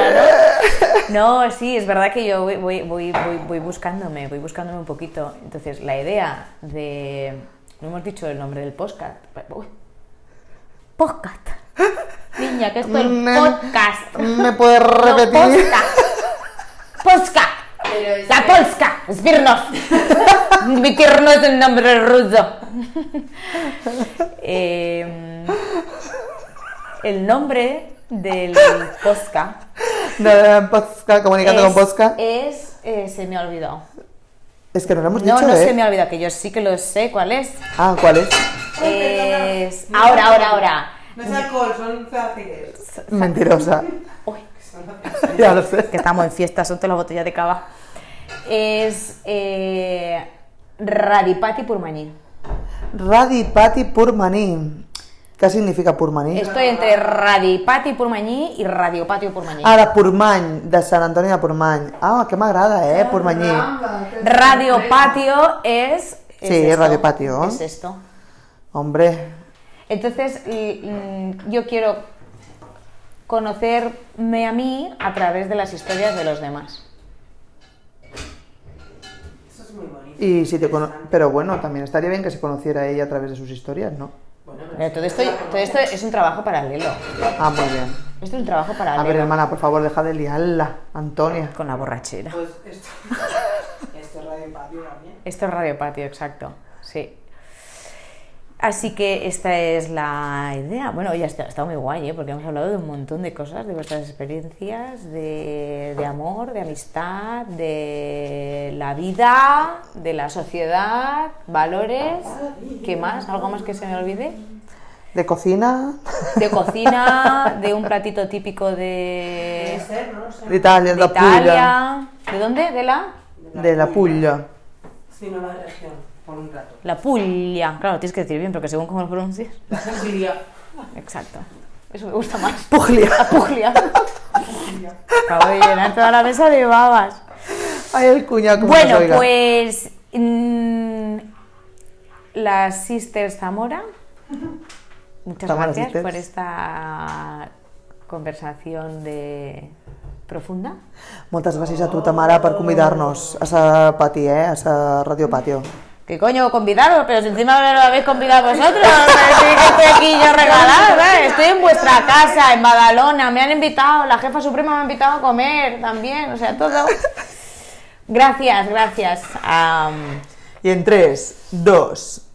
[SPEAKER 3] ¿no? No, sí, es verdad que yo voy, voy, voy, voy, voy buscándome, voy buscándome un poquito. Entonces, la idea de. No hemos dicho el nombre del podcast. Uy. Podcast.
[SPEAKER 5] Niña, que esto es
[SPEAKER 3] Mm,
[SPEAKER 2] Me-
[SPEAKER 5] podcast.
[SPEAKER 2] Mm, ¿Me puedes
[SPEAKER 5] No,
[SPEAKER 2] repetir?
[SPEAKER 5] Posca. Posca. La Polska. Smirnov. Mi no es el nombre ruso.
[SPEAKER 3] Eh, el nombre del podcast
[SPEAKER 2] No, no, Posca, comunicando
[SPEAKER 3] es,
[SPEAKER 2] con Posca.
[SPEAKER 3] es eh, se me ha olvidado.
[SPEAKER 2] Es que no lo hemos
[SPEAKER 3] No,
[SPEAKER 2] dicho,
[SPEAKER 3] no
[SPEAKER 2] ¿eh?
[SPEAKER 3] se me ha olvidado, que yo sí que lo sé cuál es.
[SPEAKER 2] Ah, ¿cuál es?
[SPEAKER 3] Es- ahora, ahora, ahora.
[SPEAKER 4] No es alcohol, son fáciles.
[SPEAKER 2] Mentirosa.
[SPEAKER 3] Uy,
[SPEAKER 2] ya lo sé.
[SPEAKER 3] que estamos en fiesta, son todas las botellas de cava. Es eh, Radipati Purmañí.
[SPEAKER 2] Radipati Purmaní. ¿Qué significa Purmaní?
[SPEAKER 3] Estoy entre Radipati Purmañí y Radiopatio Purmañí.
[SPEAKER 2] Ara Purmany, Ah, de Sant Antoni de Purmany. Ah, que m'agrada, eh, Purmanyí.
[SPEAKER 3] Radio Patio es. es
[SPEAKER 2] Sí,
[SPEAKER 3] esto,
[SPEAKER 2] Radio Patio.
[SPEAKER 3] Es esto.
[SPEAKER 2] Hombre,
[SPEAKER 3] Entonces, l- mm, yo quiero conocerme a mí a través de las historias de los demás.
[SPEAKER 4] Eso es muy bonito.
[SPEAKER 2] y si te cono- Pero bueno, también estaría bien que se conociera ella a través de sus historias, ¿no?
[SPEAKER 4] Bueno,
[SPEAKER 3] Pero todo, esto, todo esto es un trabajo paralelo.
[SPEAKER 2] Ah, muy bien.
[SPEAKER 3] Esto es un trabajo
[SPEAKER 2] A ver,
[SPEAKER 3] paralelo.
[SPEAKER 2] hermana, por favor, deja de liarla, Antonia.
[SPEAKER 3] Con la borrachera.
[SPEAKER 4] pues esto, esto es Radio Patio también.
[SPEAKER 3] Esto es Radio Patio, exacto. Sí. Así que esta es la idea. Bueno, ya está, está muy guay, ¿eh? porque hemos hablado de un montón de cosas, de vuestras experiencias, de, de amor, de amistad, de la vida, de la sociedad, valores. ¿Qué más? ¿Algo más que se me olvide?
[SPEAKER 2] ¿De cocina?
[SPEAKER 3] De cocina, de un platito típico
[SPEAKER 4] Puede
[SPEAKER 3] de,
[SPEAKER 4] ser, no lo sé.
[SPEAKER 2] De Italia, de
[SPEAKER 3] de
[SPEAKER 2] la pulla.
[SPEAKER 3] Italia. ¿De dónde? De la,
[SPEAKER 2] De la pulla.
[SPEAKER 4] Sí, no la región, por un rato.
[SPEAKER 3] la Puglia. Claro, tienes que decir bien, porque según cómo lo pronuncias.
[SPEAKER 4] La Puglia.
[SPEAKER 3] Exacto. Eso me gusta más.
[SPEAKER 2] Puglia.
[SPEAKER 3] Puglia. Acabo de llenar toda la mesa de babas.
[SPEAKER 2] Ay, el cuñado, como
[SPEAKER 3] Bueno,
[SPEAKER 2] nos oiga.
[SPEAKER 3] pues. mm, las Sisters Zamora. Muchas
[SPEAKER 2] Zamora
[SPEAKER 3] gracias
[SPEAKER 2] Sisters.
[SPEAKER 3] por esta conversación de profunda.
[SPEAKER 2] Moltes gràcies a tu, Tamara, per convidar-nos a sa pati, eh? A sa Radio Patio.
[SPEAKER 3] ¿Qué coño convidaros? Pero si encima me lo habéis convidado vosotros. pero si que estoy aquí yo regalada, ¿sabes? Estoy en vuestra casa, en Badalona. Me han invitado, la jefa suprema me ha invitado a comer también. O sea, todo. Gracias, gracias. Am,
[SPEAKER 2] I en 3, 2,